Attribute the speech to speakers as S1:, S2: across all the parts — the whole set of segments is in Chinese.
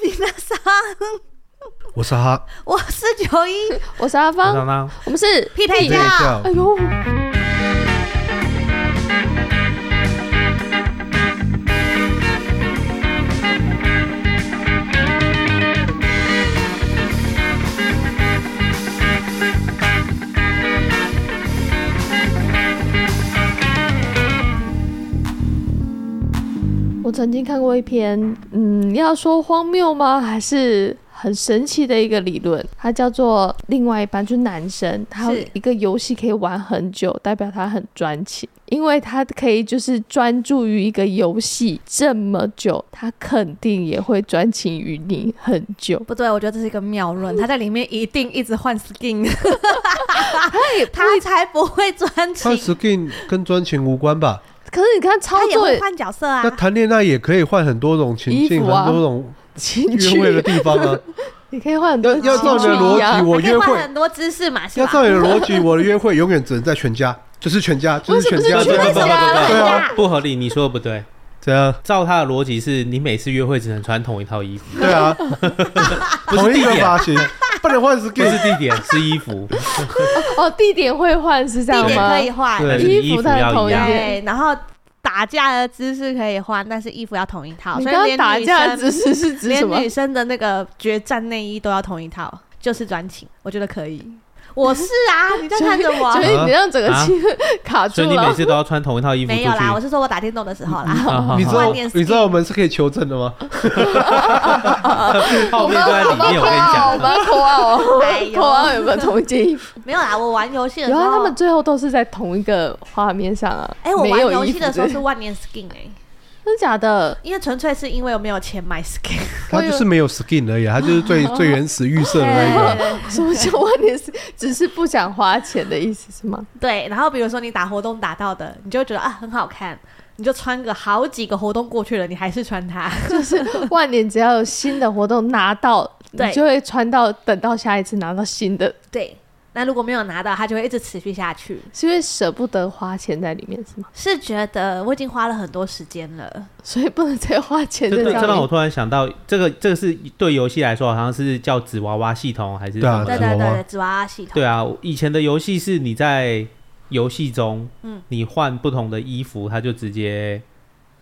S1: 的桑，
S2: 我是哈，
S1: 我是九一，
S3: 我是阿
S2: 我
S3: 芳，
S2: 张张，
S3: 我们是
S1: 劈腿
S2: 这
S1: 教
S2: 个叫
S3: 哎呦，我曾经看过一篇，嗯，要说荒谬吗？还是很神奇的一个理论，它叫做另外一半，就是男生，他有
S1: 是
S3: 一个游戏可以玩很久，代表他很专情，因为他可以就是专注于一个游戏这么久，他肯定也会专情于你很久。
S1: 不对，我觉得这是一个妙论，他在里面一定一直换 skin，他才不会专
S2: 他
S1: 情，
S2: skin 跟专情无关吧？
S3: 可是你看操
S1: 他也
S3: 作
S1: 会换角色啊
S2: 那。谈恋爱也可以换很多种情
S3: 衣
S2: 境，
S3: 服啊
S2: 很多种
S3: 情
S2: 约会的
S3: 趣，
S2: 地方啊。
S3: 你可以换很多
S2: 要要照
S3: 情
S2: 你的
S3: 啊趣一
S2: 逻辑，
S3: 样。
S2: 我
S1: 还可以
S2: 约
S1: 换
S2: 会
S1: 很多姿势嘛，是
S2: 要
S1: 吧？
S2: 照你的逻辑，我的约会永远只能在全家，就是全家，就
S3: 不是
S2: 全
S3: 不
S2: 家。
S3: 是
S4: 不
S2: 这
S4: 不
S2: 样
S4: 不不
S2: 子
S1: 全家
S2: 对啊，
S4: 不不合理，你说的不对。
S2: 怎样？
S4: 照他的逻辑是，你每次约会只能穿同一套衣服，
S2: 对啊，同一个发型，不能换
S4: 不
S2: skin
S4: 是。地点，是衣 服，
S3: 哦，地点会换是这样
S1: 地
S3: 吗？
S1: 点可以换，
S4: 对，
S3: 衣
S4: 你
S3: 服
S4: 服
S3: 它
S4: 要
S3: 同
S4: 一
S3: 一
S4: 样
S3: 件。
S1: 对，然后打架的姿势可以换，但是衣服要同一套，
S3: 你
S1: 所
S3: 刚
S1: 以
S3: 刚
S1: 连
S3: 打
S1: 女
S3: 架的
S1: 生
S3: 姿势是指什
S1: 连
S3: 么？
S1: 女生的那个决战内衣都要同一套，就是专情，我觉得可 以。我是啊，你在看着我
S3: 所。以你让整个
S4: 啊
S3: 气氛卡住
S4: 所以你
S3: 了。
S4: 每次都要穿同一套衣服出
S1: 没有啦，我
S4: 去。啊
S1: 是说我打电动的时候啦。
S2: 你知道
S1: 换电
S2: 你知道我们是可以求证的吗？
S4: 泡面都在里面，我跟你
S3: 我
S4: 讲，
S3: 们要扣啊，我 们
S1: 哎
S3: 要扣啊
S1: 呦
S3: 哦， 扣啊，有没有同一件衣服？
S1: 没有啦，我玩游戏的时
S3: 有
S1: 候，
S3: 啊，他们最后都是在同一个画面上啊。
S1: 哎、我
S3: 没
S1: 玩
S3: 有
S1: 游
S3: 衣
S1: 戏
S3: 服
S1: 的时候
S3: 真
S1: 是万年 skin 哎、
S3: 的假的？
S1: 因为纯粹是因为我没有钱买 skin。
S2: 他就是没有 skin 而已，他就是最最原始预设的那一个。
S1: 对
S3: 什么叫万年是只是不想花钱的意思是 吗？
S1: 对，然后比如说你打活动打到的，你就会觉得啊很好看，你就穿个好几个活动过去了，你还是穿它。
S3: 就是万年只要有新的活动拿到，
S1: 对
S3: 你就会穿到，等到下一次拿到新的，
S1: 对，那如果没有拿到，它就会一直持续下去。
S3: 是因为舍不得花钱在里面是吗？
S1: 是觉得我已经花了很多时间了，
S3: 所以不能再花钱
S4: 这
S3: 在
S4: 这这
S3: 上
S4: 让我
S3: 面。
S4: 突然想到，这个这个是对游戏来说，好像是叫纸娃娃系统还是
S2: 对啊
S1: 对
S4: 什么
S2: 纸娃
S4: 的
S1: 对
S2: 娃
S1: 对，纸娃娃系统，
S4: 对啊，以前的游戏是你在游戏中，
S1: 嗯
S4: 你换不同的衣服，它就直接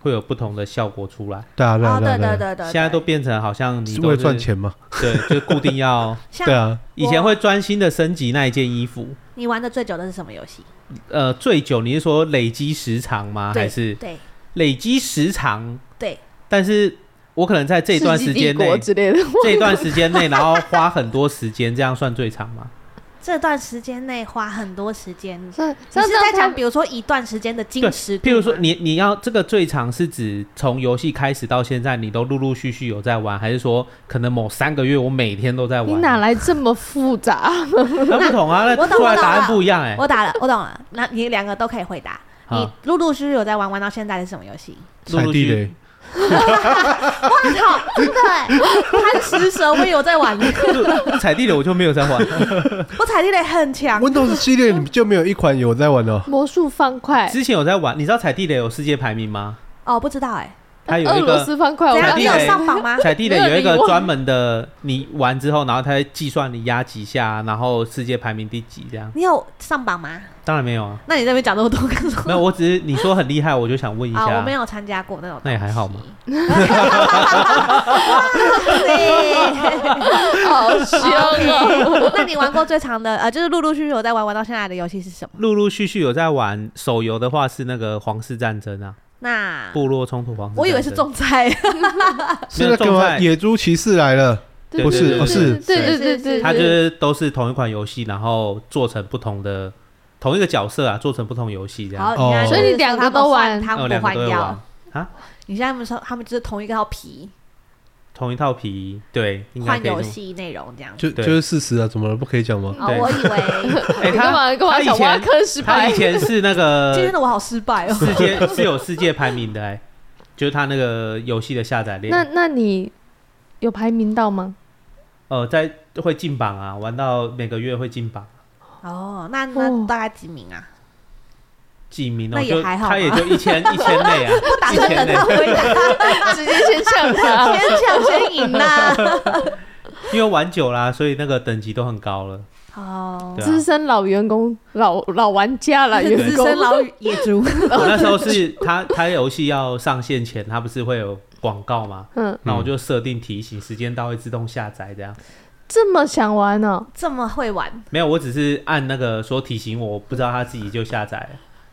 S4: 会有不同的效果出来。
S2: 对啊，对
S1: 哦
S2: 啊，
S1: 对
S2: 对啊
S1: 对
S2: 对啊，
S1: 对对，
S4: 现在都变成好像你
S2: 是
S4: 都
S2: 为了赚，钱嘛？
S4: 对，就固 定要。
S1: 像
S2: 对啊，
S4: 以前会专心的升级那一件衣服。
S1: 你玩的最久的是什么游戏？
S4: 呃，最久你是说累积时长吗？
S1: 对
S4: 还是
S1: 对
S4: 累积时长？
S1: 对，
S4: 但是我可能在这段时间
S3: 世纪帝国
S4: 内，
S3: 之类的，
S4: 这段时间内，然后花很多时间，这样算最长吗？
S1: 这段时间内花很多时间。
S3: 像
S1: 你
S3: 像
S1: 是在讲，
S3: 比
S1: 比如说一段时间的
S4: 对
S1: 矜持度吗，
S4: 譬如说你，你要这个最长是指从游戏开始到现在，你都陆陆续续有在玩，还是说可能某三个月我每天都在玩？
S3: 你哪来这么复杂？
S4: 那不同啊，
S1: 我
S4: 那
S1: 懂
S4: 出来
S1: 我懂
S4: 答案
S1: 了
S4: 不一样哎、
S1: 我打了，我懂了。那你两个都可以回答。你
S4: 好，
S1: 陆陆续续有在玩，玩到现在是什么游戏？
S4: 陆
S2: 踩
S4: 陆
S2: 地
S4: 续
S2: 雷，
S4: 啊
S1: 哇靠，真的哎！贪食蛇我也有在 玩，
S4: 就踩地雷我就没有在玩。
S1: 我踩地雷很强。
S2: 啊 Windows 系列你就没有一款有在玩哦的？
S3: 魔术方
S1: 哎
S3: 块，
S4: 之前有在玩，你知道踩地雷有世界排名吗？
S1: 哦，不知道哎，
S4: 它有
S3: 俄
S4: 一
S3: 罗
S4: 个欸
S3: 斯方块，
S1: 怎
S3: 我
S4: 踩
S1: 样？
S3: 刚
S1: 你
S4: 地
S1: 有
S4: 雷
S1: 上榜吗？
S4: 踩地雷
S3: 没有
S4: 有一个
S3: 理我
S4: 专门的，你玩之后，然后它会计算你压几下，然后世界排名第几这样。
S1: 你有上榜吗？
S4: 当然没有啊，
S1: 那你这边讲那么多干什 么？
S4: 没有，我只是你说很厉害，我就 想问一
S1: 啊，
S4: 下。
S1: 我没有参加过那种。
S4: 那也还 好嘛。
S1: 对
S3: 好凶 哦！
S1: 那你玩过最长的呃，就是陆陆续续有在玩，玩到现在的游戏是什么？
S4: 陆陆续续有在玩手游的话，是那个皇室战争啊，
S1: 那
S4: 部落冲突皇室。
S1: 我以为是，仲 裁，
S2: 是那个
S4: 没有种
S2: 吗
S4: 菜
S2: 野猪骑士来了，
S3: 对
S2: 不是
S3: 对
S2: 哦是
S3: 对对对对，
S4: 它就
S3: 对
S4: 是都是同一款游戏，然后做成不同的同一个角色啊，做成不同游戏这样。
S1: 好，你现在
S2: 哦所以
S3: 你两个都玩
S1: 他
S4: 哦，
S1: 们不
S4: 两个
S1: 换
S4: 都有
S1: 掉
S4: 玩。，
S1: 你现在们说他们就是同一个套皮
S4: 同一套皮，对，应该
S1: 换
S4: 可以这
S1: 游
S4: 么。
S1: 戏内容这样子。
S2: 就就是事实啊，怎么了？不可以讲吗？
S1: 哦，
S4: 对
S1: 我以为
S4: 哎，
S3: 你干
S4: 他
S3: 嘛你干嘛
S4: 他以
S3: 想挖
S4: 前
S3: 坑失
S4: 他
S3: 败
S4: 以？前是那
S1: 今天
S4: 个
S1: 的我好失败哦。
S4: 世界是有世界排名的，哎，就是他那个游戏的下载
S3: 那
S4: 量，
S3: 那你有排名到吗？
S4: 呃，在会进榜啊，玩到每个月会进榜。
S1: 哦，那
S3: 哦
S1: 那大概几名啊？
S4: 几名哦、
S1: 那也
S4: 就
S1: 还好
S4: 他也就一 千一千内啊，
S1: 不打
S4: 一
S1: 算
S4: 千
S1: 等
S4: 内，
S1: 他 回答，
S3: 直接先呛 他。
S1: 先抢先赢 啦。
S4: 因为玩久啦、所以那个等级都很高了。
S1: 哦，
S4: 对啊
S3: 资深老员工、老老玩家 了，员
S1: 资
S3: 工
S1: 深老野猪，
S4: 我那时候是他他游戏要上线前，他不是会有广告吗？
S3: 嗯，
S4: 那我就设定提醒，时间到会自动下载这样。
S3: 这么想玩哦呢、
S1: 这么会玩，
S4: 没有，我只是按那个说提醒我，我不知道他自己就下载了，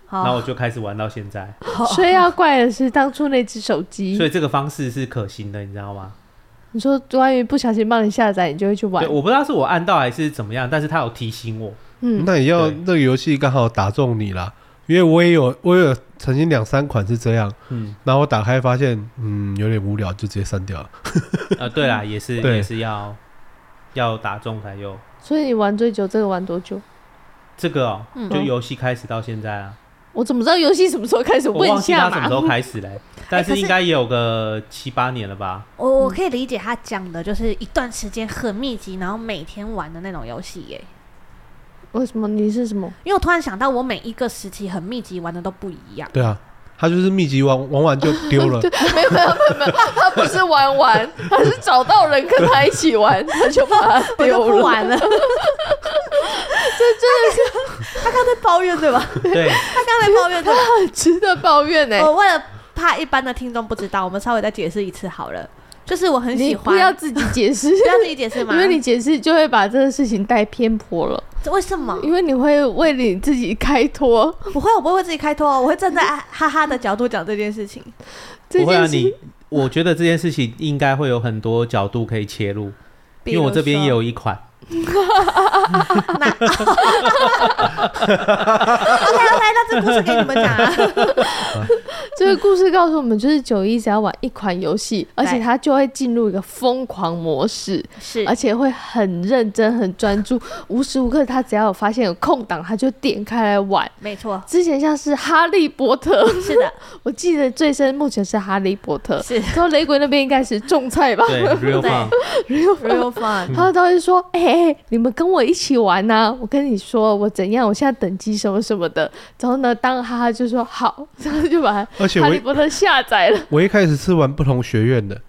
S4: 然后我
S1: 好，
S4: 就开始玩到现在。
S3: 所以要怪的是当初那只手机
S4: 所。以这个方式是可行的，你知道吗？
S3: 你说关于不小心帮你下载，你就会去玩
S4: 对，。我不知道是我按到还是怎么样，但是他有提醒我。
S3: 嗯，
S2: 那也要
S4: 对
S2: 那个游戏刚好打中你啦，因为我也有我也有曾经两三款是这样，
S4: 嗯，
S2: 然后我打开发现嗯有点无聊，就直接删掉了。
S4: 呃，对啦，也是
S2: 对
S4: 也是要要打中才有
S3: 所以你玩最久这个玩多久？
S4: 这个哦、
S1: 嗯
S4: 就游戏开始到现在啊，
S3: 我怎么知道游戏什么时候开始？
S4: 我
S3: 问
S4: 忘
S3: 一
S4: 记
S3: 下
S4: 他什么时候
S3: 嘛。
S4: 开始嘞、但
S1: 可
S4: 是
S1: 是
S4: 应该也有个七八年了吧？
S1: 我我
S3: 嗯
S1: 可以理解他讲的，就是一段时间很密集，然后每天玩的那种游戏耶。
S3: 为什么你是什么？
S1: 因为我突然想到，我每一个时期很密集玩的都不一样。
S2: 对啊，他就是密集玩玩完就丢了
S3: 对，，没有没有没有没有，他不是玩玩，他是找到人跟他一起玩，他就把他
S1: 我就
S3: 丢
S1: 不
S3: 了。
S1: 玩了， 这真的是他刚才抱怨对吧？
S4: 对，
S1: 他刚才抱怨对吧？
S3: 值得抱怨欸呢、
S1: 我为了怕一般的听众不知道，我们稍微再解释一次好了。就是我很
S3: 你
S1: 喜欢，
S3: 不要自己解释，
S1: 不要自己解释吗？
S3: 因为你解释就会把这个事情带偏颇了，
S1: 为什么
S3: 因为你会为你自己开脱
S1: 不会？我不会为自己开脱哦，我会站在哈哈的角度讲这件事情。
S3: 这
S4: 不会
S3: 件
S4: 啊，
S3: 事情
S4: 你。我觉得这件事情应该会有很多角度可以切入，因为我这边也有一款，
S1: 那，OK OK，那这故事给你们讲啊。
S3: 这个故事告诉我们，就是九一只要玩一款游 戏，而且
S1: 对
S3: 他就会进入一个疯狂模式，
S1: 是
S3: 而且会很认真、很专注，无时无刻他只要有发现有空档，他就点开来玩。
S1: 没错，
S3: 之前像是《哈利波特》，
S1: 是的，
S3: 我记得最深目前是《哈利波特》，
S1: 是
S3: 然后雷鬼那边应该是种菜吧，
S4: 对嗯，Real Fun，
S1: real fun。
S3: 他都会说：“哎、哎、你们跟我一起玩呐、我跟你说，我怎样，我现在等级什么什么的。”然后呢，当哈哈就说：“好。” 然后就把《
S2: 而且
S3: 哈
S2: 我
S3: 利
S2: 一
S3: 波特》下载了。
S2: 我一开始是玩不同学院的。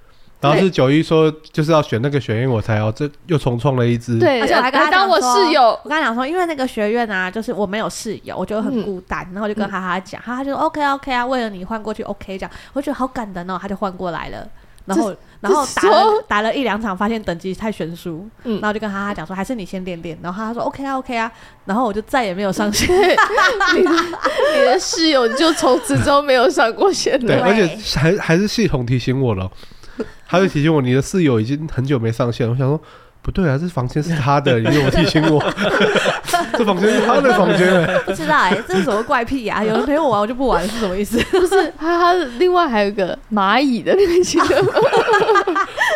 S2: 然后是九一说，就是要选那个学院，我才要这又重创了一支。
S3: 对，
S1: 而且我还跟他
S3: 来当
S1: 讲
S3: 我
S1: 说
S3: 室友。
S1: 我跟他讲说，因为那个学院啊，就是我没有室友，我觉得很孤单，然后我就跟哈哈讲，哈哈就说 OK 啊 OK 啊，为了你换过去 OK 这样，我就觉得好感人哦，他就换过来了。然后，然后打
S3: 这时候
S1: 了打了一两场，发现等级太悬殊，
S3: 嗯
S1: 然后就跟哈哈讲说，还是你先练练。然后哈哈说 OK 啊 OK 啊，然后我就再也没有上线。
S3: 你的你的室友就从此之后没有上过线
S2: 对，
S3: 了。
S2: 而且还还是系统提醒我 了，他就提醒我你的室友已经很久没上线了。我想说不对啊，这房间是他的，你怎么提醒我？ 这房间是他的房间、欸，
S1: 不知道哎、这是什么怪癖 啊？有人陪我玩，我就不玩，是什么意思？
S3: 不是， 哈哈，另外还有一个蚂蚁的那个情人，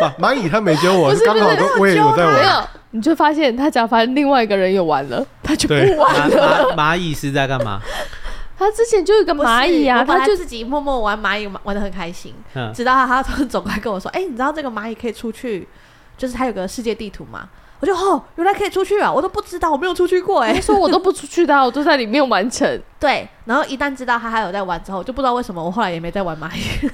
S2: 啊蚂蚁他没揪我，
S3: 不是
S2: 刚好
S3: 不
S2: 跟我也有在
S3: 没
S2: 玩。
S3: 有，你就发现他只要发现另外一个人有玩了，他就不
S2: 对
S3: 玩
S4: 蚂
S3: 了。
S4: 蚂蚂蚁是在干嘛？
S3: 他之前就有一个蚂蚁啊，
S1: 不是我本
S3: 他
S1: 来
S3: 就
S1: 自己默默玩蚂蚁，玩的很开心。
S4: 嗯，
S1: 直到他他总过来跟我说：“哎、你知道这个蚂蚁可以出去，就是它有个世界地图嘛？”我就哦，原来可以出去啊！我都不知道，我没有出去过哎、
S3: 他说我都不出去的啊，我都在里面完成。
S1: 对，然后一旦知道他还有在玩之后，就不知道为什么我后来也没在玩蚂蚁。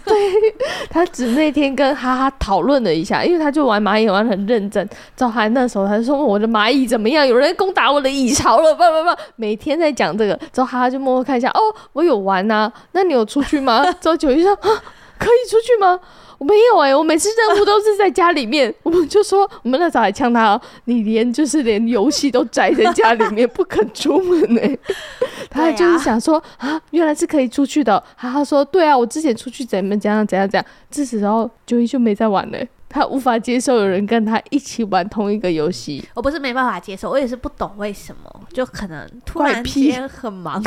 S3: 他只那天跟哈哈讨论了一下，因为他就玩蚂蚁玩得很认真。赵涵那时候他就说哦我的蚂蚁怎么样？有人攻打我的蚁巢了，不不不，每天在讲这个。之后哈哈就默默看一下，哦，我有玩呐、那你有出去吗？之后九一说、啊，可以出去吗？我没有哎、我每次任务都是在家里面。 我们就说，我们那时候还呛他、哦，你连就是连游戏都宅在家里面 不肯出门呢、欸 他
S1: 对啊
S3: 就是想说啊，原来是可以出去的哦。哈哈说，对啊，我之前出去怎么怎样怎样怎样，这时候九一就没在玩了、他无法接受有人跟他一起玩同一个游戏，
S1: 我不是没办法接受，我也是不懂为什么，就可能突
S3: 怪
S1: 然
S3: 癖
S1: 间很 忙。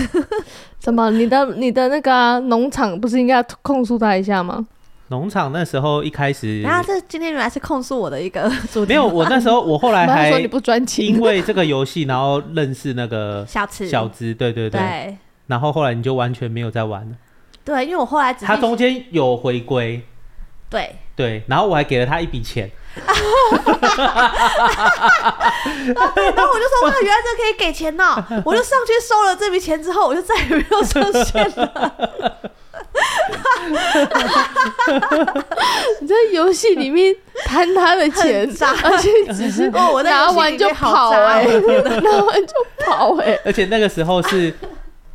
S3: 怎么？你的你的那个啊农、场不是应该要控诉他一下吗？
S4: 农场那时候一开始
S1: 然后这今天原来是控诉我的一个 主题，
S4: 没有，我那时候我后来
S3: 不然他
S4: 还
S3: 说你不专情
S4: 因，为这个游戏，然后认识 那个
S1: 小吃
S4: 小资，对对对，
S1: 对
S4: 然后后来你就完全没有再玩了。
S1: 对，因为我后来只
S4: 他中间有回归，
S1: 对
S4: 对，然后我还给了他一笔钱，
S1: 然后我就说哇，原来这可以给钱哦！我就上去收了这笔钱之后，我就再也没有上线了。
S3: 你在游戏里面贪他的钱
S1: 很渣，
S3: 而且只是
S1: 哦， 我在
S3: 拿
S1: 游戏
S3: 完
S1: 里
S3: 就
S1: 面好
S3: 跑
S1: 渣
S3: 哎、
S1: 哦
S3: 拿完就跑哎、
S4: 而且那个时候是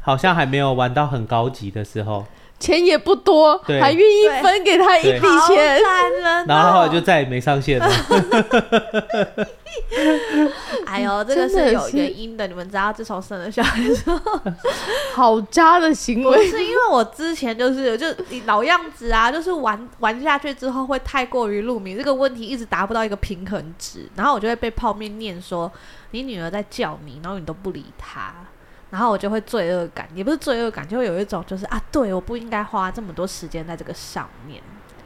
S4: 好像还没有玩到很高级的时候，
S3: 钱也不多，
S4: 对
S3: 还愿意分给他一笔
S1: 好
S3: 钱，
S1: 感人、哦。
S4: 然后后来就再也没上线了。
S1: 哎呦，这个
S3: 真的
S1: 是有
S3: 是
S1: 原因的，你们知道，自从生了小孩之后，
S3: 好渣的行
S1: 不
S3: 为。
S1: 是因为我之前就是就老样子啊，就是玩玩下去之后会太过于入迷，这个问题一直达不到一个平衡值，然后我就会被泡面念说你女儿在叫你，然后你都不理她。然后我就会罪恶感，也不是罪恶感，就会有一种就是啊，对，我不应该花这么多时间在这个上面。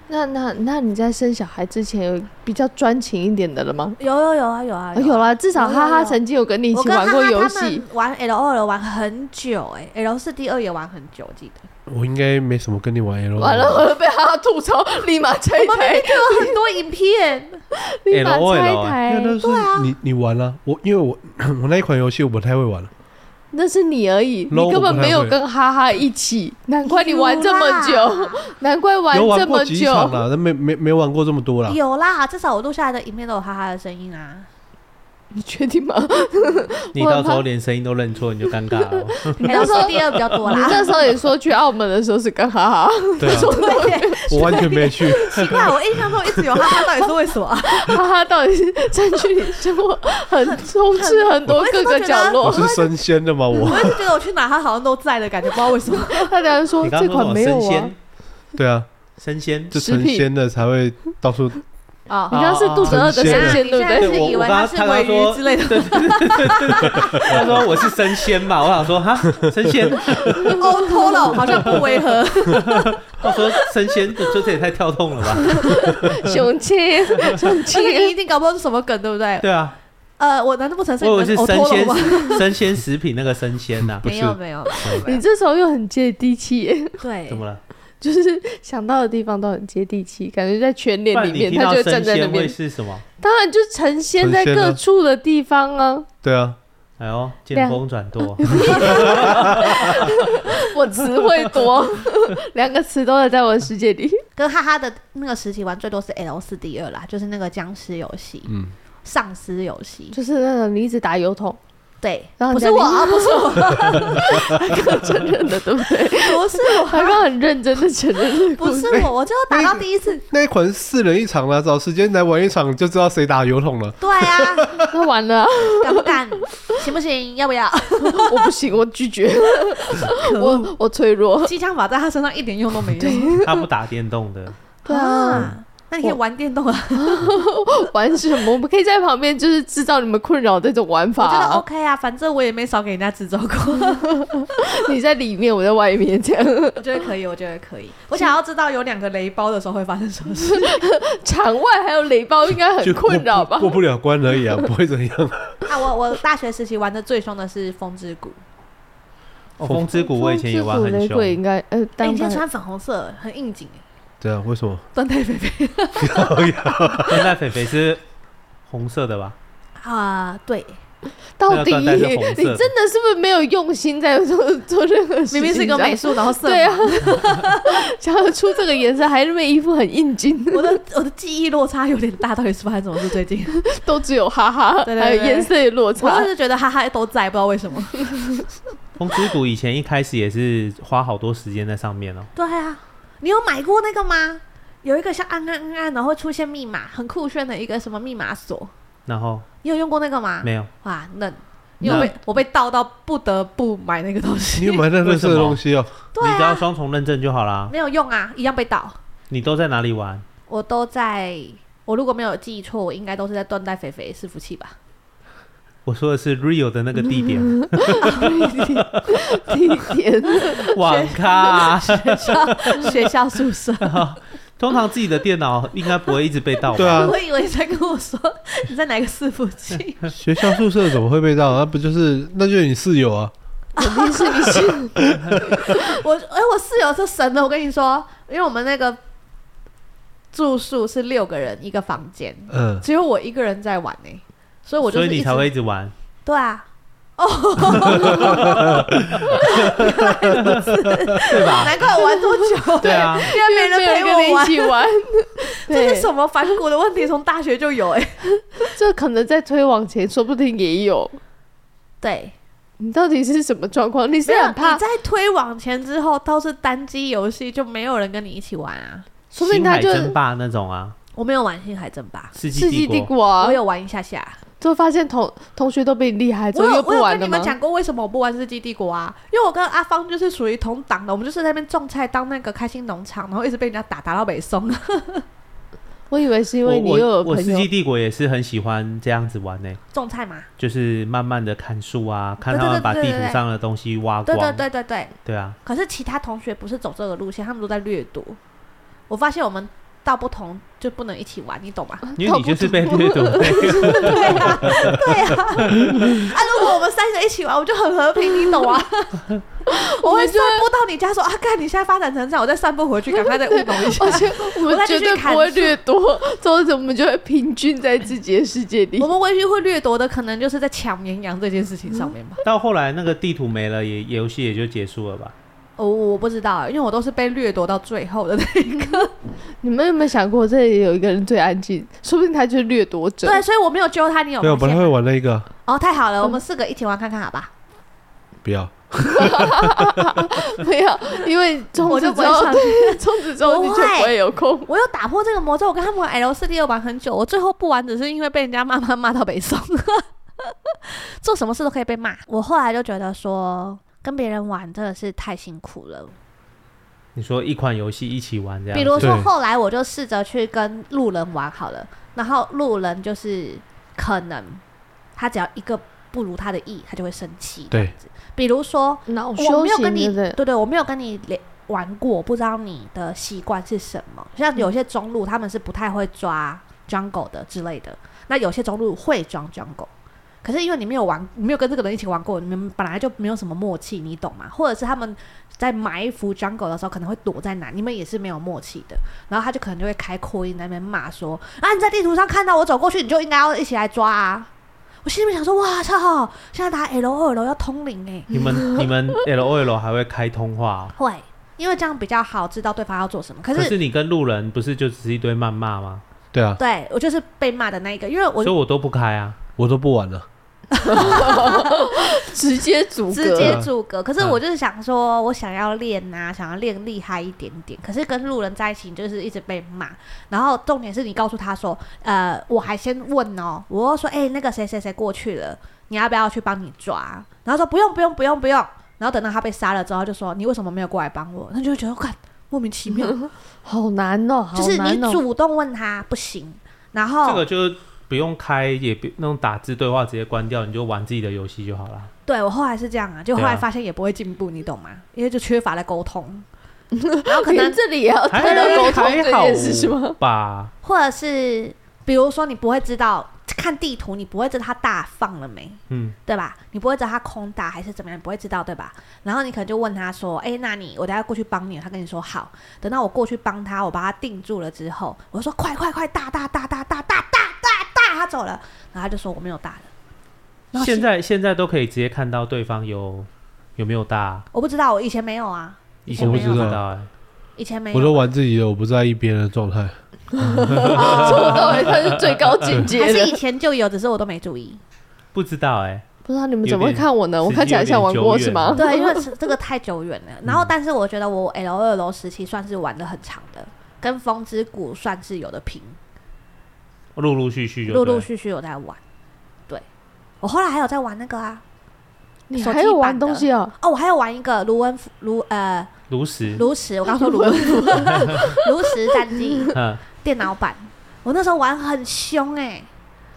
S3: 那那那你在生小孩之前有比较专情一点的了吗？
S1: 有有有啊有啊
S3: 啊有
S1: 啊
S3: 啦，至
S1: 有
S3: 少哈
S1: 有
S3: 哈
S1: 有
S3: 曾经有跟你一
S1: 我
S3: 起
S1: 跟哈
S3: 玩过
S1: 哈
S3: 游
S1: 他
S3: 戏
S1: 们，玩 L O L 玩很久哎、l 四 D 二也玩很久，我 记得。
S2: 我应该没什么跟你玩 L，
S3: 完了我被哈哈吐槽，立马拆
S1: 我们
S3: 台，
S2: 哎
S1: 有很多影 片，
S3: 立马
S4: LOL
S3: 拆
S4: 哎
S2: 因为
S3: 台，
S2: 啊那是你、你玩了、我因为我我那一款游戏我不太会玩，
S3: 那是你而已，
S2: LOL
S3: 你根本
S2: 我不太
S3: 没有
S2: 会
S3: 跟哈哈一起，难怪你玩这么
S1: 有
S3: 久，
S1: 啦
S3: 难怪玩
S2: 有
S3: 这
S2: 玩过
S3: 么
S2: 几场
S3: 久。
S2: 啦，但没没没玩过这么多啦。
S1: 有啦，至少我录下来的影片都有哈哈的声音啊。
S3: 你确定吗？
S4: 你到时候连声音都认错，你就尴尬了。
S1: 你那时候第二比较多
S3: 你
S1: 啦，
S3: 那时候也说去澳门的时候是跟哈哈，
S2: 对啊，我完全没去。
S1: 奇怪，我印象中一直有哈哈，到底是为什么 啊？
S3: 哈哈到底是占据你生活很充斥很多各个角
S2: 我
S3: 落。
S2: 是生鲜的嘛， 我
S1: 我一直觉得我去哪他好像都在的感觉，不知道为什 么。
S3: 他等下说
S4: 你刚
S3: 这
S4: 刚说什
S3: 款
S4: 么
S3: 没有
S4: 生
S3: 啊
S4: 鲜？，
S2: 对啊，
S4: 生鲜。
S2: 就成鲜的才会到处
S1: 啊
S3: 你刚刚是肚子饿的
S2: 对
S3: 神
S2: 啊
S3: 仙，对不对？
S1: 是以为
S4: 他
S1: 它是尾鱼之类的。
S4: 他说我是生鲜嘛，我想说哈生鲜，
S1: 哦，脱了，好像不违 和。
S4: 他说生鲜，这这这也太跳动了吧？
S3: 雄青， 雄
S1: 而且你
S3: 青，
S1: 一定搞不懂是什么梗，对不对？
S4: 对啊，
S1: 呃，我难道不承认
S4: 我以为是
S1: 我
S4: 生
S1: 脱了
S4: 鲜
S1: 吗？
S4: 食生鲜食品那个啊生鲜呐，
S2: 不
S1: 没
S2: 是
S1: 有没有，没有
S3: 你这时候又很接地气耶，
S1: 对
S4: 怎么了？
S3: 就是想到的地方都很接地气，感觉在全
S4: 不
S3: 脸
S4: 然
S3: 里
S4: 你
S3: 面，
S4: 听
S3: 他
S4: 到
S3: 就
S4: 生
S3: 站在那
S4: 鲜会
S3: 边。
S4: 是什么？
S3: 当然就呈现在
S2: 呈现啊
S3: 各处的地方啊！
S2: 对啊，
S4: 哎呦，见
S3: 两
S4: 风转舵，
S3: 我词汇 多，两个词都在我的世界里。
S1: 跟哈哈的那个时期玩最多是 L 四 D 二啦，就是那个僵尸游戏、
S2: 嗯，
S1: 丧尸游戏。
S3: 就是那种你一直打油 桶，
S1: 对，
S3: 然后
S1: 不
S3: 人家
S1: 是我啊，不是我，
S3: 承认的，对不对？
S1: 不是我，
S3: 他刚刚很认真的承认这个故
S1: 不
S3: 事，
S1: 是 我，我就打到第一次。
S2: 那一款是四人一场啦，找时间来玩一场就知道谁打油桶了。
S1: 对啊，
S3: 他完了啊、
S1: 敢不敢？行不行？要不要？
S3: 我不行，我拒绝，我我脆弱。
S1: 机枪法在他身上一点用都没有。
S4: 他不打电动的，
S3: 对啊，，
S1: 那你可以玩电动啊，
S3: 玩什么？我们可以在旁边就是制造你们困扰的这种玩
S1: 我
S3: 法
S1: 觉得
S3: 啊、
S1: OK 啊，反正我也没少给人家制造过，
S3: 你在里面，我在外面，这样
S1: 我觉得可以，我觉 得可以。我想要知道有两个雷包的时候会发生什么事。
S3: 场外还有雷包，应该
S2: 就
S3: 很
S2: 过
S3: 困扰吧
S2: 过？不了关而 已啊，不会怎样。
S1: 啊，我我大学时期玩的最凶的是风之谷，
S4: 哦 风之谷我以前也玩很
S3: 雷
S4: 凶
S3: 鬼，应该呃，
S1: 哎，
S3: 当
S1: 你今
S3: 然
S1: 天穿粉红色，很应景，
S2: 对啊，为 什么？
S1: 端太肥肥
S4: 现在肥肥是红色的吧？
S1: 啊，对，
S3: 到底
S4: 那个缎带是红色
S3: 你
S4: 的
S3: 真的是不是没有用心在做做任何事情？
S1: 明明是个美
S3: 这样
S1: 术，然后色
S3: 对啊，想要出这个颜色，还是被衣服很应景，
S1: 我的我的记忆落差有点大，到底是发生什么事？最近
S3: 都只有哈哈，
S1: 对对对
S3: 还有颜色的落
S1: 我
S3: 差
S1: 就。是觉得哈哈都在，不知道为什么。
S4: 风之谷以前一开始也是花好多时间在上面哦。
S1: 对啊，你有买过那个吗？有一个像按按按按，然后会出现密码，很酷炫的一个什么密码锁，
S4: 然后
S1: 你有用过那个吗？
S4: 没有，
S1: 哇，嫩！因为我被我被盗到不得不买那个东
S2: 你
S1: 西
S2: 有，买那垃圾的东西哦、
S1: 对
S4: 你只要
S1: 啊，
S4: 双重认证就好啦。
S1: 没有用啊，一样被盗。
S4: 你都在哪里玩？
S1: 我都在，我如果没有记错，我应该都是在断代肥肥伺服器 吧？
S4: 我说的是 Rio 的那个 地点，
S3: 地点，
S4: 网咖啊、
S1: 学校学校宿舍，
S4: 通常自己的电脑应该不会一直被盗吧？
S2: 对啊
S1: 我以为你在跟我说你在哪个伺服 器，
S2: 学校宿舍怎么会被盗？那不就是那就是你室友啊？
S3: 肯定是你是
S1: 我哎、我室友是神的，我跟你说，因为我们那个住宿是六个人一个房间，
S2: 嗯，
S1: 只有我一个人在玩呢、所以我就
S4: 所
S1: 是
S4: 以
S1: 一
S4: 你
S1: 直
S4: 才会一直玩。
S1: 对啊。
S4: 对吧？
S1: 难怪我玩多久，
S4: 对啊，
S1: 因为没人陪
S3: 跟你
S1: 我
S3: 一
S1: 玩。
S3: 起玩，
S1: 这
S3: 对
S1: 是，什么反骨的问题？从大学就有哎、
S3: 这可能在推往前，说不定也有。
S1: 对，
S3: 你到底是什么状况？你是
S1: 没有
S3: 很怕
S1: 你，在推往前之后，都是单机游戏，就没有人跟你一起玩啊。
S3: 说不定他就
S4: 星海争霸那种啊，
S1: 我没有玩《星海争霸
S4: 世
S3: 世纪
S4: 帝
S3: 帝国啊
S1: 我，有玩一下下。
S3: 就发现同同学都比你厉害，之
S1: 我
S3: 后
S1: 有
S3: 又
S1: 我
S3: 不
S1: 有
S3: 玩
S1: 跟
S3: 了
S1: 你
S3: 吗
S1: 们？讲过为什么我不玩《世纪帝国》啊？因为我跟阿芳就是属于同党的，我们就是在那边种菜当那个开心农场，然后一直被人家打打到北松。
S3: 我以为是因
S4: 我
S3: 为你又有
S4: 我我
S3: 朋
S4: 世纪
S3: 友，
S4: 帝国也是很喜欢这样子玩呢、
S1: 种菜嘛，
S4: 就是慢慢的看树啊，看
S1: 对
S4: 他
S1: 对
S4: 们
S1: 对
S4: 把
S1: 对
S4: 地
S1: 对
S4: 图
S1: 对
S4: 上的东西挖
S1: 对
S4: 光。
S1: 对对对对。
S4: 对啊，
S1: 可是其他同学不是走这个路线，他们都在掠夺。我发现我们道不同就不能一起玩，你懂吗？
S4: 因为你就是被掠夺的
S1: 对啊， 对啊。 啊，如果我们三个一起玩，我就很和平，你懂吗？ 我会散步到你家说啊，干，你现在发展成这样，我再散步回去，赶快再务农一下
S3: 而。且 我
S1: 我再
S3: 们
S1: 继
S3: 绝
S1: 续
S3: 对
S1: 砍
S3: 不会
S1: 树
S3: 掠夺，之后我们就会平均在自己的世界里
S1: 我。们唯一会掠夺的，可能就是在抢绵羊这件事情上面吧。
S4: 到后来那个地图没了，也游戏也就结束了吧？
S1: 哦，我不知道，因为我都是被掠夺到最后的那一个。
S3: 你们有没有想过，这里有一个人最安静，说不定他就是掠夺者。
S1: 对，所以我没有揪他，你有
S2: 对，啊我不
S1: 发
S2: 太
S1: 现？
S2: 会玩那个，
S1: 哦，太好了，我们四个一起玩看看，好吧？
S2: 不要，
S3: 没有，因为从
S1: 我
S3: 此
S1: 就不
S3: 之
S1: 会
S3: 后，
S1: 上去
S3: 对，从此之后你就不会有空。
S1: 我有打破这个魔咒，我跟他们玩 L 四 D 六玩很久，我最后不玩只是因为被人家骂骂骂到北宋， 做什么事都可以被骂。我后来就觉得说，跟别人玩真的是太辛苦了。
S4: 你说一款游戏一起玩这样
S1: 比
S4: 子，
S1: 如说
S2: 对
S1: 后来我就试着去跟路人玩好了，然后路人就是可能他只要一个不如他的意，他就会生气。
S2: 对，
S1: 比如说
S3: 脑
S1: 我没有跟你
S3: 哦对不对
S1: 对对，我没有跟你连玩过，不知道你的习惯是什么。
S3: 嗯
S1: 像有些中路他们是不太会抓 jungle 的之类的，那有些中路会装 jungle。可是因为你没有玩，你没有跟这个人一起玩过，你们本来就没有什么默契，你懂吗？或者是他们在埋伏 jungle 的时候，可能会躲在哪，你们也是没有默契的。然后他就可能就会开扩音在那边骂说：“啊，你在地图上看到我走过去，你就应该要一起来抓啊！”我心里面想说：“哇操，现在打 L 二 L 要通灵哎、
S4: 你们你们 L O L 还会开通话哦、
S1: 会，因为这样比较好知道对方要做什么。可
S4: 可
S1: 是，
S4: 是你跟路人不是就只是一堆谩骂吗？
S2: 对啊，
S1: 对我就是被骂的那一个，因为我
S4: 所以我都不开啊。
S2: 我都不玩了。
S3: 直接阻
S1: 直
S3: 隔，
S1: 接阻隔。可是我就是想说，我想要练啊，想要练厉害一点点。可是跟路人在一起，你就是一直被骂。然后重点是你告诉他说，呃，我还先问哦，我又说，哎、那个谁谁谁过去了，你要不要去帮你抓？然后说不用不用不用不用。然后等到他被杀了之后，就说你为什么没有过来帮我？那就会觉得看莫名其妙，
S3: 好难哦，好
S1: 就是你
S3: 难哦。
S1: 主动问他不行，然后
S4: 这个就不用开，也不那种打字对话直接关掉，你就玩自己的游戏就好了。
S1: 对我后来是这样啊，就后
S4: 对啊
S1: 来发现也不会进步，你懂吗？因为就缺乏了沟通，然后可
S3: 连
S1: 能
S3: 这里也要
S4: 还
S3: 谈到沟通
S4: 还
S3: 这
S4: 好
S3: 件事是吗？
S4: 吧，
S1: 或者是比如说你不会知道看地图，你不会知道它大放了没，
S4: 嗯，
S1: 对吧？你不会知道它空大还是怎么样，你不会知道对吧？然后你可能就问他说：“哎，那你我等下过去帮你。”他跟你说好，等到我过去帮他，我把他定住了之后，我说：“快快快，大大大大大大大大大，他走了。”然后他就说：“我没有大了。”然后
S4: 现在现在都可以直接看到对方有有没有大，
S1: 我不知道，我以前没有啊，
S4: 以前
S1: 我
S4: 不
S1: 不
S4: 知
S1: 知
S2: 道
S4: 道哎、
S1: 以前没有。
S2: 我都玩自己的，我不在意别人的状态。
S3: 从头到尾他哦是最高境界
S1: 还是以
S3: 的。
S1: 前就有，只是我都没注意。
S4: 不知道哎、
S3: 不知道你们怎么会看我呢？
S4: 有
S3: 我
S4: 点
S3: 看起来像玩过是吗？
S1: 对，因为是这个太久远了。然后，但是我觉得我 L 二楼时期算是玩的很长的，跟风之谷算是有的拼，
S4: 陆陆续续就
S1: 陆陆
S4: 对
S1: 续续有在玩。对，我后来还有在玩那个啊，
S3: 你还有玩东西哦？
S1: 哦，我还有玩一个卢恩符卢呃
S4: 炉石，
S1: 炉石，我刚说卢恩符 炉石战记
S4: 嗯，
S1: 电脑版，我那时候玩很凶哎、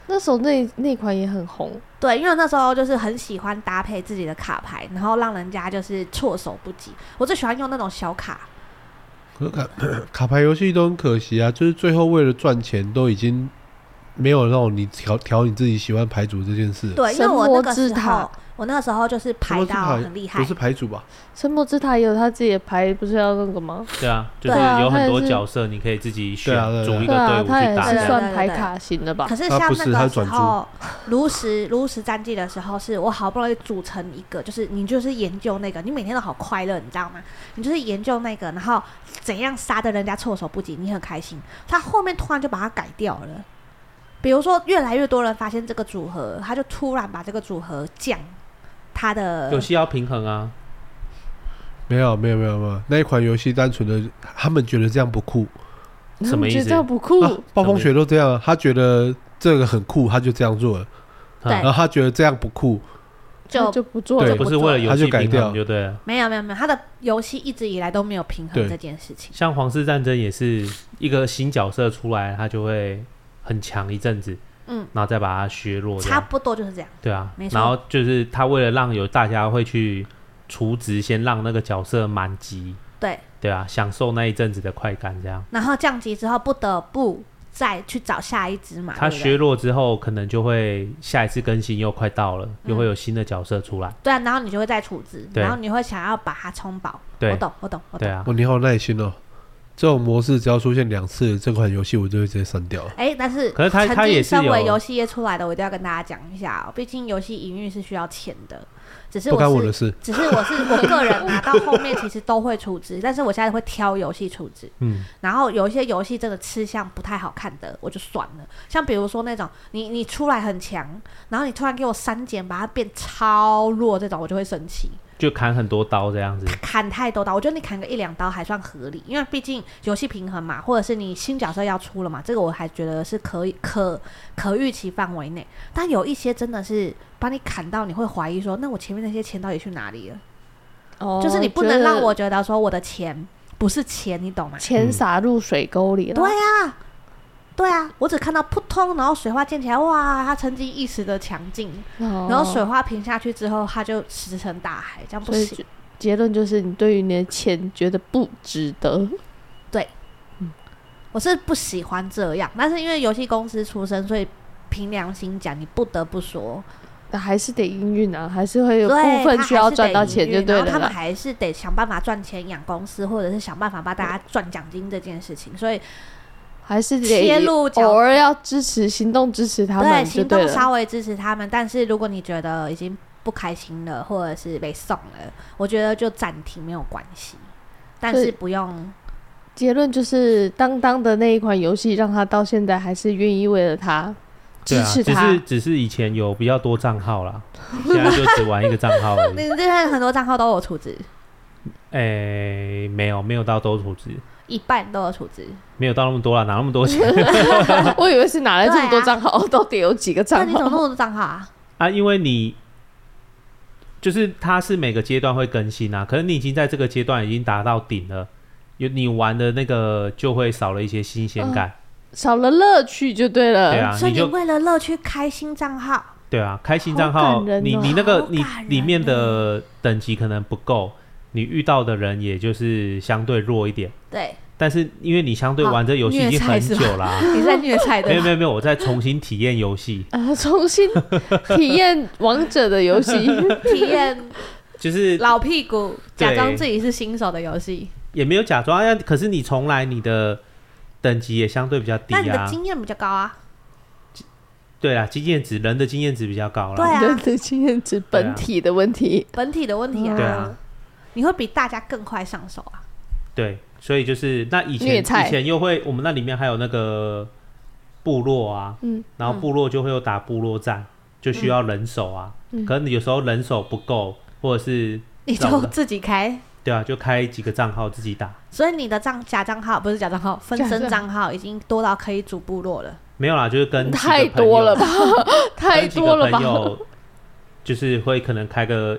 S3: 那时候那那款也很红，
S1: 对，因为那时候就是很喜欢搭配自己的卡牌，然后让人家就是措手不及。我最喜欢用那种小卡，
S2: 可卡卡牌游戏都很可惜啊，就是最后为了赚钱，都已经没有让你调调你自己喜欢牌组这件事了。
S1: 对，因为
S3: 神
S1: 我那
S3: 魔
S1: 个
S3: 之
S1: 时
S3: 塔
S1: 候，我那个时候就是排到很厉害
S2: 不，是牌组吧？
S3: 神魔之塔也有他自己的牌，不是要那个吗？
S4: 对啊，就是
S3: 对啊
S4: 有很
S3: 他
S4: 多
S3: 也是
S4: 角色，你可以自己选
S2: 对啊对啊
S4: 组
S3: 对
S4: 一个队
S3: 啊，
S4: 伍
S3: 他也
S4: 去打
S3: 是
S1: 对
S4: 这
S1: 对
S4: 样。
S3: 算牌卡型的吧
S1: 可？是
S2: 他
S1: 像
S2: 不
S1: 那
S2: 是
S1: 个
S2: 他
S1: 时
S2: 转
S1: 候，炉石炉石战记的时候，是我好不容易组成一个，就是你就是研究那个，你每天都好快乐，你知道吗？你就是研究那个，然后怎样杀的人家措手不及，你很开心。他后面突然就把它改掉了，比如说越来越多人发现这个组合，他就突然把这个组合降他的
S4: 游戏要平衡啊，
S2: 没有没有没有没有，那一款游戏单纯的他们觉得这样不酷，
S4: 什么意思
S3: 嗯
S4: 哦
S3: 觉得这样不酷？
S2: 啊暴风雪都这样，他觉得这个很酷，他就这样做了，
S1: 对
S2: 然后他觉得这样不酷，
S3: 那
S1: 就
S3: 就不做
S4: 对，
S3: 了，
S4: 不是为了游
S2: 他就
S4: 戏
S2: 改
S4: 平
S2: 掉
S4: 衡就对了。
S1: 没有没有没有，他的游戏一直以来都没有平衡
S2: 对
S1: 这件事情。
S4: 像皇室战争也是一个新角色出来，他就会很强一阵子，
S1: 嗯，
S4: 然后再把它削弱这
S1: 差
S4: 样。
S1: 不多就是这样，
S4: 对啊
S1: 没，错
S4: 然后就是他为了让有大家会去除职，先让那个角色满级，
S1: 对。
S4: 对啊，享受那一阵子的快感，这样。
S1: 然后降级之后，不得不再去找下一只嘛。
S4: 他
S1: 对不对
S4: 削弱之后，可能就会下一次更新又快到了，
S1: 嗯
S4: 又会有新的角色出来。
S1: 对啊，然后你就会再处置，
S4: 对
S1: 然后你会想要把它充饱。我
S4: 对，
S1: 懂，我懂，我
S4: 对
S1: 懂。
S4: 啊，
S2: 哦，你好有耐心哦。这种模式只要出现两次，这款游戏我就会直接删掉了。
S1: 哎，但是
S4: 可是他
S1: 曾
S4: 他也
S1: 经
S4: 是
S1: 身为
S4: 有
S1: 游戏业出来的，我一定要跟大家讲一下、哦，毕竟游戏营运是需要钱的。只是
S2: 不干我
S1: 我
S2: 的
S1: 是，
S2: 事，
S1: 只是我 是我个人拿到后面其实都会处置，但是我现在会挑游戏处置。
S4: 嗯，
S1: 然后有一些游戏真的吃相不太好看的，我就算了。像比如说那种你你出来很强，然后你突然给我删减，把它变超弱，这种我就会生气。
S4: 就砍很多刀这样子。
S1: 砍太多刀，我觉得你砍个一两刀还算合理，因为毕竟游戏平衡嘛，或者是你新角色要出了嘛，这个我还觉得是可以可可预期范围内。但有一些真的是把你砍到，你会怀疑说，那我前面那些钱到底去哪里了？
S3: 哦
S1: 就是你不能让我
S3: 觉
S1: 觉得说我的钱不是钱，你懂吗
S3: 得？钱撒入水沟里了。
S1: 对啊，对啊，我只看到扑通，然后水花溅起来，哇，他曾经一时的强劲，
S3: 哦，
S1: 然后水花平下去之后，他就石沉大海，这样不
S3: 所以
S1: 行
S3: 就。结论就是，你对于你的钱觉得不值得。
S1: 我是不喜欢这样，但是因为游戏公司出身，所以凭良心讲，你不得不说，
S3: 那还是得营运啊，还是会有
S1: 对，
S3: 部分需要赚到钱就对
S1: 对
S3: 了
S1: 他们
S3: 啦。
S1: 还是得想办法赚钱养公司，或者是想办法帮大家赚奖金这件事情。所以
S3: 还是
S1: 切
S3: 得
S1: 入角
S3: 偶尔要支持行动，支持他
S1: 对
S3: 们就
S1: 行
S3: 对
S1: 动
S3: 了。
S1: 稍微支持他们，但是如果你觉得已经不开心了，或者是被送了，我觉得就暂停没有关系，但
S3: 对
S1: 是不用
S3: 结论就是，当当的那一款游戏让他到现在还是愿意为了他
S4: 对
S3: 支
S4: 啊，
S3: 持
S4: 只
S3: 他
S4: 是。只是以前有比较多账号 啦，现在就只玩一个账号而
S1: 你
S4: 已。
S1: 这些很多账号都有处置，
S4: 哎、没有没有到都处置，
S1: 一半都有处置。
S4: 没有到那么多啦，哪那么多钱
S3: 我以为是哪来这么
S1: 对
S3: 多
S1: 啊
S3: 账号，到底有几个
S1: 那
S3: 账
S1: 你怎么那
S3: 号？
S1: 么多账号啊？
S4: 啊？因为你就是它是每个阶段会更新啊，可是你已经在这个阶段已经达到顶了，有你玩的那个就会少了一些新鲜感。
S3: 少了乐趣就对了。
S4: 对啊，
S1: 哦呃所以
S4: 你
S1: 你
S4: 就
S1: 为了乐趣开新账号。
S4: 对啊，开新账
S3: 好
S4: 号，
S3: 感人
S4: 你
S3: 哦
S4: 你那个
S1: 好
S4: 你
S1: 感人
S4: 里面
S1: 哦
S4: 的等级可能不够，你遇到的人也就是相对弱一点。
S1: 对，
S4: 但是因为你相对
S1: 好
S4: 玩这游戏已
S1: 虐
S4: 经
S1: 菜
S4: 很
S1: 是
S4: 久啦、
S1: 你在虐菜
S4: 没
S1: 对
S4: 有
S1: 吧
S4: 没？有没有，我在重新体验游戏，
S3: 啊，重新 体验王者 的游戏，
S1: 体验
S4: 就是
S1: 老屁股
S4: 对
S1: 假装自己是新手的游戏，
S4: 也没有假装，哎呀可是你从来你的等级也相对比较低
S1: 那你的
S4: 啊。
S1: 经验比较高啊。
S4: 对啊，经验值人的经验值比较高
S1: 对
S4: 啦。
S1: 啊
S3: 人的经验值本体的问题。
S1: 本体的问题啊，
S4: 对啊，
S1: 你会比大家更快上手啊。
S4: 对，所以就是那以前
S3: 虐菜
S4: 以前又会，我们那里面还有那个部落啊，
S3: 嗯，
S4: 然后部落就会有打部落战，就需要人手啊。
S3: 嗯
S4: 可能有时候人手不够，或者是
S1: 你
S4: 懂
S1: 就
S4: 了
S1: 自己开，
S4: 对啊，就开几个账号自己打。
S1: 所以你的账假账号不是假账号，分身账号已经多到可以组部落了。
S4: 没有啦，就是跟几个
S3: 太
S4: 朋友
S3: 多了 吧， 太
S4: 啊跟几
S3: 多
S4: 个
S3: 了吧。
S4: 朋友，就是会可能开个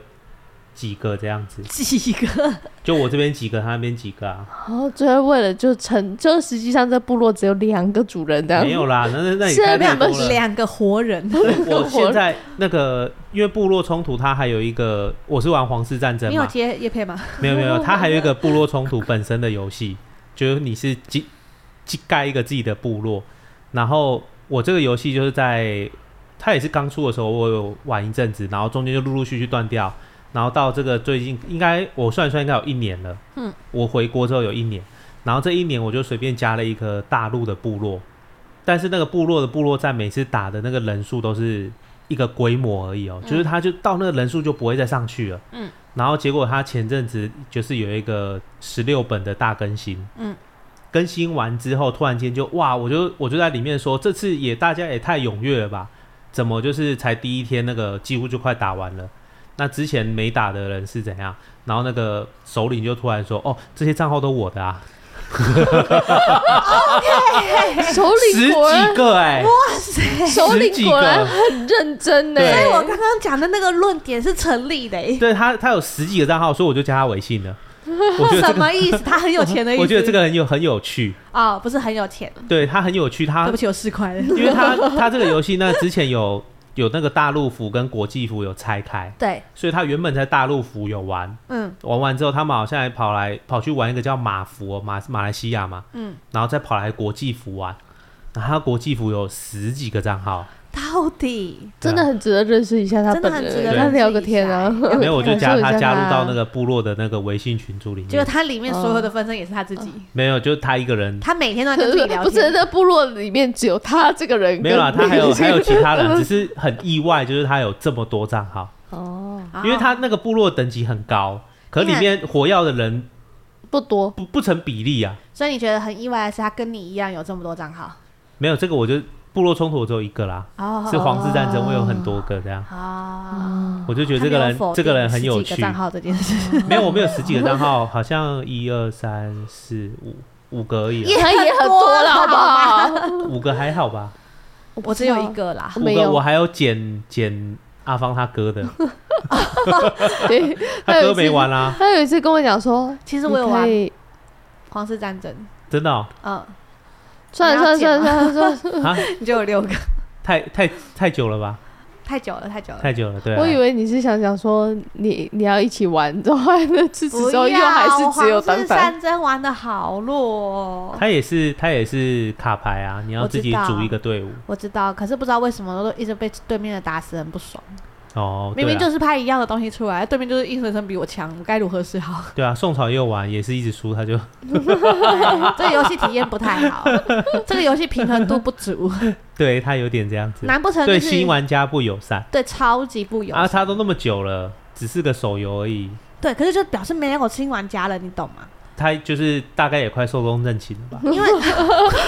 S4: 几个这样子，
S1: 几 个？
S4: 就我这边几个，他那边几个啊，
S3: 然后最后为了就成，就实际上这部落只有两个主人这样
S4: 没。有啦，那那那也
S3: 是
S4: 太
S3: 啊没有
S4: 太多
S3: 没有
S4: 了。
S1: 两个活人，
S4: 我现在那个，因为部落冲突，它还有一个，我是玩皇室战争
S1: 你有
S4: 嘛，
S1: 接叶配吗？
S4: 没有没有，它还有一个部落冲突 本身的游戏，就是你是几几盖一个自己的部落，然后我这个游戏就是在它也是刚出的时候，我有玩一阵子，然后中间就陆陆续续断掉，然后到这个最近应该我算一算应该有一年了，
S1: 嗯，
S4: 我回国之后有一年，然后这一年我就随便加了一个大陆的部落，但是那个部落的部落战每次打的那个人数都是一个规模而已哦，就是它就到那个人数就不会再上去了，
S1: 嗯，
S4: 然后结果它前阵子就是有一个十六本的大更新，
S1: 嗯。
S4: 更新完之后，突然间就哇，我就我就在里面说，这次也大家也太踊跃了吧，怎么就是才第一天那个几乎就快打完了？那之前没打的人是怎样？然后那个首领就突然说：“哦，这些账号都我的啊，
S3: 首
S4: 十
S3: 领果然
S4: 几个哎、
S1: 哇塞！
S3: 首
S4: 十
S3: 领
S4: 几
S3: 果然
S4: 个，
S3: 很认真呢、
S4: 对
S1: 所以哎我刚刚讲的那个论点是成立的、欸，
S4: 对他他有十几个账号，所以我就加他微信了。我觉得
S1: 什
S4: 这个
S1: 么意思？他很有钱的意思。
S4: 我觉得这个很有很有趣，
S1: 啊、不是很有钱。
S4: 对他很有趣，他
S1: 对不起，我四块了。
S4: 因为他他这个游戏那之前有有那个大陆服跟国际服有拆开，
S1: 对，
S4: 所以他原本在大陆服有玩，
S1: 嗯
S4: 玩完之后，他们好像还跑来跑去玩一个叫马服、哦，马马来西亚嘛，
S1: 嗯，
S4: 然后再跑来国际服玩，然后他国际服有十几个账号，
S1: 到
S4: 嗯
S1: 底
S3: 真的很值得认识一下他
S1: 真的
S3: 本
S1: 很
S3: 人，
S1: 值
S3: 跟
S1: 得
S3: 他
S1: 认识
S3: 聊个天啊
S1: 一下。
S4: 没有我就
S3: 感
S4: 加
S3: 受一
S4: 他
S3: 下
S4: 加入到那个部落的那个微信群组里
S1: 结果
S4: 面，
S1: 他里面所有的分身也是他自己，
S4: 没有，就他一个人，
S1: 他每天都在
S3: 可
S1: 跟自己
S3: 是
S1: 聊天。
S3: 不是那部落里面只有他这个人跟，
S4: 没有啦，他还有还有其他人，只
S3: 嗯
S4: 是很意外，就是他有这么多账号，
S3: 哦，
S1: 啊
S4: 因为他那个部落等级很高，可里面活跃的人
S3: 不多，
S4: 不不成比例啊，
S1: 所以你觉得很意外的是，他跟你一样有这么多账号
S4: 没有这个我就部落冲突我只有一个啦，
S1: 哦
S4: 是皇室战争我有很多个这样，
S1: 啊。
S4: 我就觉得这个
S1: 哦他没有
S4: 人
S1: 否定
S4: 这个人很有
S1: 十几
S4: 趣
S1: 个。账号这件事，
S4: 没有，我们有十几个账号，好像一二三四五五个而已啊，
S1: 也
S3: 他也
S1: 很
S3: 很
S1: 多
S3: 多
S1: 了
S3: 了，好不
S1: 好
S3: 好？
S4: 五个还好吧？
S1: 我只有一个啦。
S4: 五
S3: 没
S4: 个
S3: 有
S4: 我还有剪剪阿芳他哥 的，
S3: 对，
S4: 他
S3: 还有
S4: 哥
S3: 一次
S4: 没啊玩啦、
S3: 他有一次跟我讲说，
S1: 其
S3: 其
S1: 实我有玩
S3: 可以，
S1: 皇室战争，
S4: 真的、哦、
S1: 嗯，
S3: 算了
S1: 你要
S3: 算了算了算了 算
S4: 啊，
S1: 你就有六个，
S4: 太太太久了吧？
S1: 太久了，太久了。
S4: 太久了，对、
S3: 了，
S4: 啊。
S3: 我以为你是想讲说你你要一起玩，之后呢，自
S1: 不
S3: 此之后又
S1: 要
S3: 还是只有
S1: 皇
S3: 单
S1: 室
S3: 反，
S1: 战争玩的好弱哦。
S4: 他也是他也是卡牌啊，你要
S1: 我知
S4: 自己
S1: 道
S4: 组一个队伍
S1: 我知道，可是不知道为什么我都一直被对面的打死，很不爽。
S4: 哦。对
S1: 明明
S4: 啊
S1: 就是拍一样的东西出来，对面就是硬生生比我强，我该如何是 好？
S4: 对啊，宋朝也有玩，也是一直输，他就
S1: 这个游戏体验不太好，这个游戏平衡度不足，
S4: 对他有点这样子，
S1: 难不成
S4: 对
S1: 就是
S4: 新玩家不友善
S1: 对超级不友
S4: 啊。
S1: 善？
S4: 他都那么久了，只是个手游而已，
S1: 对，可是就表示没有新玩家了，你懂 吗？
S4: 他就是大概也快寿终正寝了 吧？
S1: 因为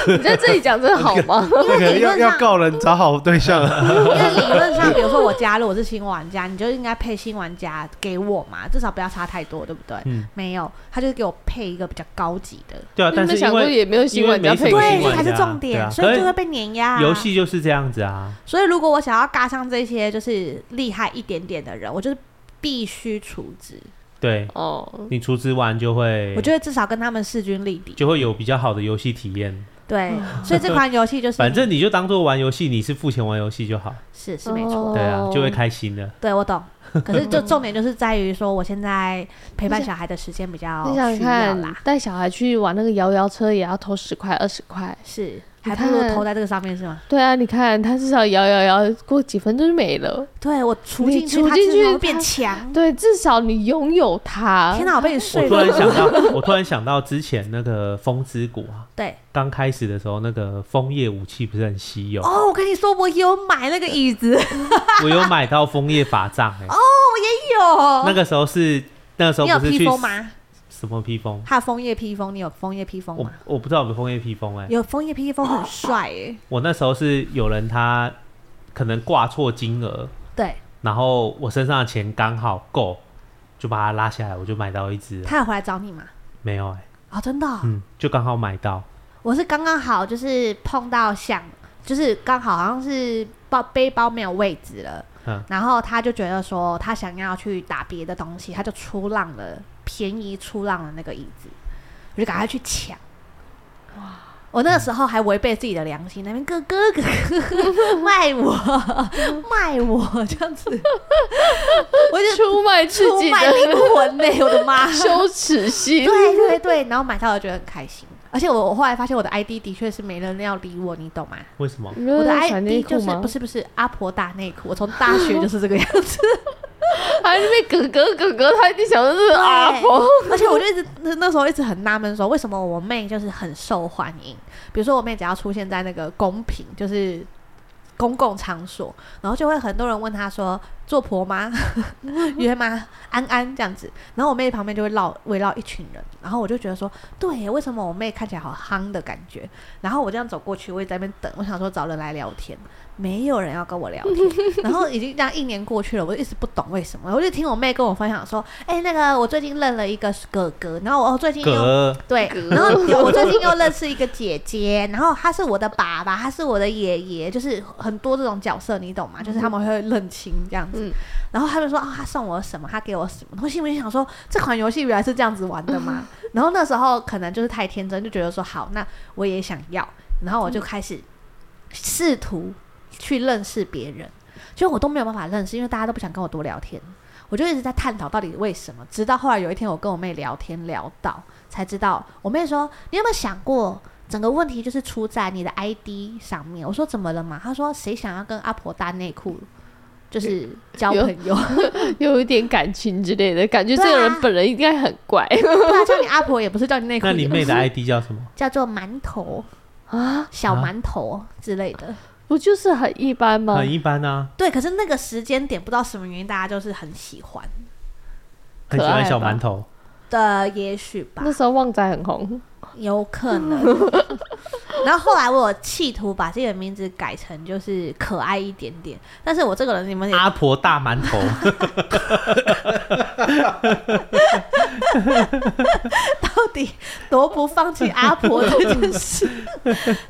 S3: 你在这里讲真的好吗？
S2: 那
S1: 因为
S2: 个
S1: 理
S2: 要
S1: 论上
S2: 要告人找好 对象啊，
S1: 因为理论上，比如说我加入我是新玩家，你就应该配新玩家给我嘛，至少不要差太多，对不对？
S4: 嗯
S1: 没有，他就给我配一个比较高级的，
S4: 对 啊，
S3: 你有
S4: 但
S3: 没有
S4: 是
S3: 想
S4: 因
S3: 过
S4: 为
S3: 也没有新玩家
S4: 因
S3: 配
S4: 为没什
S3: 合
S4: 么
S1: 对，
S4: 新
S1: 这
S4: 玩
S1: 才是
S4: 家
S1: 重
S4: 对
S1: 点，
S4: 啊
S1: 所以
S4: 可
S1: 就是会被碾压、
S4: 游戏就是这样子啊，
S1: 所以如果我想要尬上这些就是厉害一点点的人，我就是必须处置。
S4: 对
S3: 哦，
S4: 你出资完就会，
S1: 我觉得至少跟他们势均力敌。
S4: 就会有比较好的游戏体验。
S1: 对，所以这款游戏就是，
S4: 反正你就当做玩游戏，你是付钱玩游戏就好，
S1: 是是没错。
S3: 哦
S4: 对啊，就会开心的。
S1: 对我懂，可是就重点就是在于说，我现在陪伴小孩的时间比较
S3: 你想
S1: 需要
S3: 看
S1: 啦，
S3: 带小孩去玩那个摇摇车也要投十块二十块，
S1: 是还
S3: 看
S1: 不如投在这个上面是吗？
S3: 对啊，你看他至少摇摇摇，过几分钟就没了。
S1: 对我除进去，
S3: 你除
S1: 它
S3: 进
S1: 至少
S3: 去
S1: 会变
S3: 它
S1: 强。
S3: 对，至少你拥有它。
S1: 天哪，我被你
S4: 我
S1: 睡
S4: 突然
S1: 了。
S4: 想到， 我突然想到之前那个风之谷啊，
S1: 对，
S4: 刚开始的时候那个枫叶武器不是很稀有，
S1: 哦，我跟你说，我有买那个椅子，
S4: 我有买到枫叶法杖 哎，那
S1: 有。
S4: 个时候是那个时
S1: 哦
S4: 候
S1: 你有
S4: 不是
S1: 披
S4: 去
S1: 风吗？
S4: 什么披风？
S1: 还有枫叶披风，你有枫叶披风啊
S4: 我
S1: 吗？
S4: 我不知道有没有枫叶披风哎，
S1: 有枫叶披风很帅诶。
S4: 我那时候是有人他可能挂错金额，
S1: 对，
S4: 然后我身上的钱刚好够，就把它拉下来，我就买到一只了。
S1: 他有回来找你吗？
S4: 没有哎、
S1: 哦，真的哦、
S4: 嗯，就刚好买到。
S1: 我是刚刚好就是碰到想，就是刚好好像是包背包没有位置了，
S4: 嗯
S1: 然后他就觉得说他想要去打别的东西，他就出浪了，便宜出浪的那个椅子，我就赶快去抢。我那个时候还违背自己的良心，那边哥哥哥 哥卖我卖我这样子， 我就
S3: 出卖自
S1: 出
S3: 己
S1: 卖
S3: 的
S1: 灵魂呢、我的妈！
S3: 羞耻心。
S1: 对对对，然后买到了觉得很开心。而且我我后来发现我的 ID 的确是没人要理我，你懂吗？
S4: 为什么？
S3: 你没
S1: 我
S3: 有
S1: 的
S3: 在传
S1: ID
S3: 内
S1: 就
S3: 裤
S1: 是
S3: 吗
S1: 不？是不是阿婆大内裤，我从大 学就是这个样子，
S3: 还是被啊哥哥哥哥，他一定想的是阿婆。
S1: 而且我就一直那那时候一直很纳闷说，为什么我妹就是很受欢迎？比如说我妹只要出现在那个公平，就是公共场所，然后就会很多人问她说做婆吗？约吗？安安这样子，然后我妹旁边就会绕围绕一群人，然后我就觉得说，对耶，为什么我妹看起来好夯的感觉？然后我这样走过去，我也在那边等，我想说找人来聊天，没有人要跟我聊天，然后已经这样一年过去了，我就一直不懂为什么，我就听我妹跟我分享说，哎、那个我最近认了一个哥哥，然后我、哦最近又
S4: 哥，
S1: 对，然后我最近又认识一个姐姐，然后她是我的爸爸，她是我的爷爷，就是很多这种角色，你懂吗？就是他们会认亲这样子。
S3: 嗯
S1: 然后他们说啊、他送我什么，他给我什么，然后心里面想说，这款游戏原来是这样子玩的吗？然后那时候可能就是太天真，就觉得说好，那我也想要，然后我就开始试图去认识别人，就我都没有办法认识，因为大家都不想跟我多聊天。我就一直在探讨到底为什么，直到后来有一天我跟我妹聊天聊到，才知道我妹说你有没有想过，整个问题就是出在你的 ID 上面。我说怎么了嘛？她说谁想要跟阿婆搭内裤，就是交
S3: 有
S1: 朋友，
S3: 有一点感情之类的感觉，
S1: 对啊
S3: 这个人本人应该很怪
S1: 对啊，叫你阿婆也不是叫你内裤，
S4: 那你妹的 ID 叫什么？
S1: 叫做馒头、
S3: 啊，
S1: 小
S4: 啊
S1: 馒头之类的。
S3: 不就是很一般吗？
S4: 很一般啊，
S1: 对，可是那个时间点不知道什么原因，大家就是很喜欢
S4: 很喜欢小馒头。
S1: 的，也许吧
S3: 那，时候旺仔很红，
S1: 有可 能。然后后来我有企图把自己的名字改成就是可爱一点点，但是我这个人你们也
S4: 阿婆大馒头，
S1: 到底多不放弃阿婆这件 事，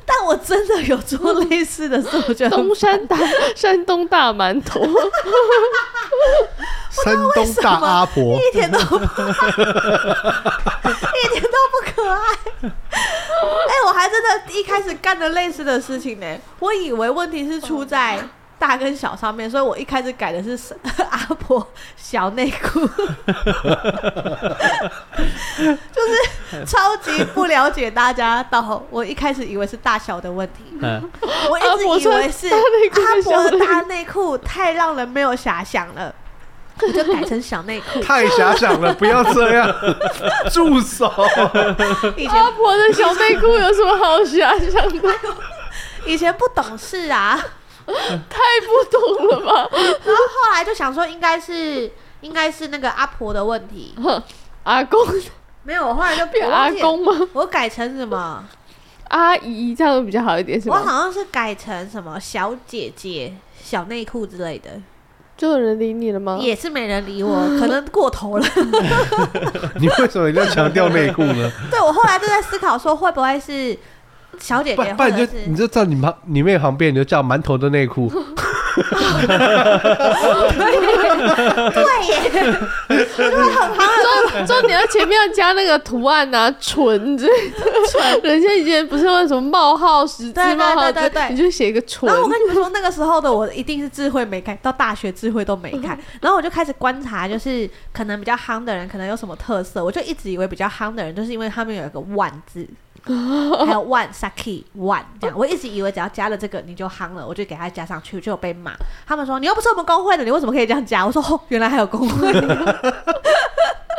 S1: 但我真的有做类似的事，我觉得
S3: 东山大 山东大馒头，
S2: 山东大阿 婆，
S1: 一点都不，一点都不可爱。哎、我还真的一开始干了类似的事情呢、我以为问题是出在大跟小上面，所以我一开始改的是 阿婆小内裤， 就是超级不了解大家。到我一开始以为是大小的问题，
S4: 嗯，
S1: 我
S3: 阿
S1: 一
S3: 婆
S1: 直以
S3: 穿
S1: 为是
S3: 大内裤
S1: 阿
S3: 的小
S1: 婆的
S3: 内
S1: 大内裤太让人没有遐想了，我就改成小内 裤。
S2: 太遐想了，不要这 样，住手！
S1: 以前
S3: 阿婆的小内裤有什么好遐想的？
S1: 以前不懂事啊，
S3: 太不懂了吧！
S1: 然后后来就想说应该是应该是那个阿婆的问题，
S3: 阿公
S1: 没有，我后来就
S3: 变
S1: 我
S3: 阿
S1: 忘记了
S3: 公吗？
S1: 我改成什么？
S3: 阿姨这样比较好一点是
S1: 我
S3: 吗？
S1: 好像是改成什么小姐姐、小内裤之类的，
S3: 就有人理你了吗？
S1: 也是没人理我，可能过头 了。
S2: 你为什么一定要强调内裤 呢？
S1: 对我后来就在思考说，会不会是小姐
S2: 不
S1: 姐，
S2: 然不
S1: 或
S2: 然你
S1: 者
S2: 就你
S1: 是
S2: 就站你旁你妹旁边，你就叫馒头的内裤，
S1: 对耶， 我就会很好
S3: 重重点，它前面要加那个图案啊，唇之类的。人家以前不是会什么冒号、十字
S1: 对对
S3: 冒号之类
S1: 对对对
S3: 你就写一个唇
S1: 然。后我跟你们说，那个时候的我一定是智慧没开，到大学智慧都没开。然后我就开始观察，就是可能比较夯的人，可能有什么特色。我就一直以为比较夯的人，就是因为他们有一个万字，还有万 saki 万这样。我一直以为只要加了这个你就夯了，我就给他加上去，就有被骂。他们说你又不是我们工会的，你为什么可以这样加？我说哦，原来还有工会。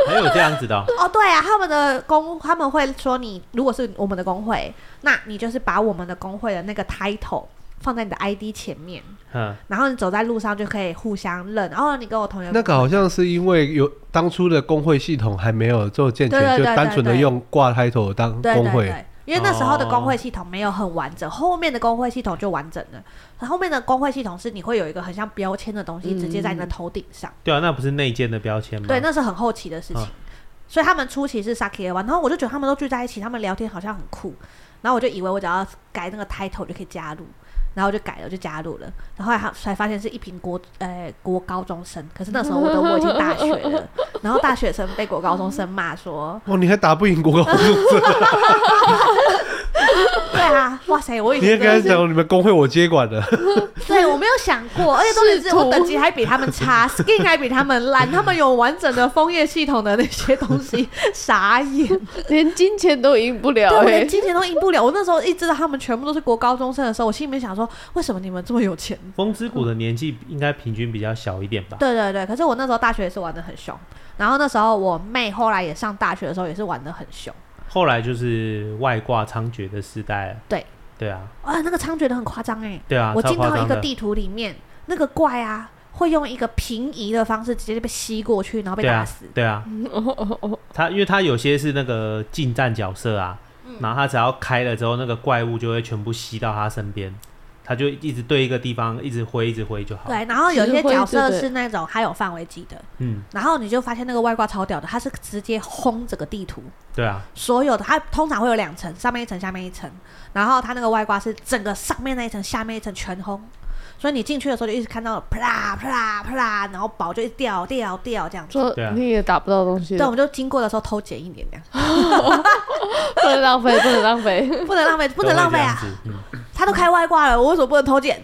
S4: 还有这样子的哦、
S1: 哦，对啊，他们的工他们会说你如果是我们的工会，那你就是把我们的工会的那个 title 放在你的 ID 前面。
S4: 嗯，
S1: 然后你走在路上就可以互相认。然后你跟我同学
S2: 那个好像是因为有当初的工会系统还没有做健
S1: 对对
S2: 全，就
S1: 对
S2: 单纯的
S1: 对
S2: 用挂 title 当
S1: 对
S2: 工
S1: 对
S2: 会。
S1: 对，因为那时候的工会系统没有很完整，后面的工会系统就完整了。然后后面的工会系统是你会有一个很像标签的东西
S3: 嗯
S1: 直接在你的头顶上，
S4: 对啊，那不是内建的标签
S2: 嗯
S4: 吗？
S1: 对，那是很后期的事情。
S4: 嗯
S1: 所以他们初期是 Saki 玩，然后我就觉得他们都聚在一起，他们聊天好像很酷，然后我就以为我只要改那个 title 就可以加入。然后我就改了，我就加入了。然后后来他才发现是一瓶国呃国高中生，可是那时候我都我已经大学 了。然后大学生被国高中生骂说，
S2: 哇，你还打不赢国高中生，
S1: 对啊，哇塞，我以
S2: 你也
S1: 前
S2: 跟
S1: 真
S2: 他
S1: 的是，
S2: 讲你们工会我接 管的，
S1: 对我没有想过，而且重点
S3: 试
S1: 是
S3: 图
S1: 我等级还比他们 差，skin 还比他们烂，他们有完整的枫叶系统的那些东 西，傻眼。
S3: 连金钱都赢不了
S1: 对，我
S3: 哎、
S1: 连金钱都赢不了。我那时候一知道他们全部都是国高中生的时候，我心里面想说，为什么你们这么有钱？
S4: 风之谷的年纪应该平均比较小一点吧？
S1: 对对对，可是我那时候大学也是玩的很凶，然后那时候我妹后来也上大学的时候也是玩的很凶，
S4: 后来就是外挂猖獗的时代了。
S1: 对，
S4: 对啊，
S1: 啊，那个猖獗的很夸张哎、
S4: 对啊，
S1: 我
S4: 超
S1: 进
S4: 夸
S1: 到一
S4: 张
S1: 个
S4: 的。
S1: 地图里面，那个怪啊会用一个平移的方式直接就被吸过去，然后被
S4: 对
S1: 打
S4: 啊
S1: 死。，
S4: 对啊，他因为他有些是那个近战角色啊，
S1: 嗯
S4: 然后他只要开了之后，那个怪物就会全部吸到他身边，他就一直对一个地方一直挥，一直挥就好。
S1: 对，然后有些
S3: 指挥
S1: 角
S3: 对
S1: 色
S3: 对
S1: 是那种还有范围级的，
S4: 嗯，
S1: 然后你就发现那个外挂超屌的，它是直接轰整个地图，
S4: 对啊，
S1: 所有的，它通常会有两层，上面一层，下面一层，然后它那个外挂是整个上面那一层，下面一层全轰，所以你进去的时候就一直看到啪啦啪啦啪啦，然后宝就一直掉掉掉这样子。
S3: 说
S4: 对啊
S3: 你也打不到东西
S1: 对，我们
S3: 了，
S1: 就经过的时候偷捡一点点，
S3: 不能浪费，不能浪费。
S1: 不能浪费，不能
S4: 都会
S1: 浪费
S4: 这
S1: 啊
S4: 样！子嗯
S1: 他都开外挂了，我为什么不能偷捡？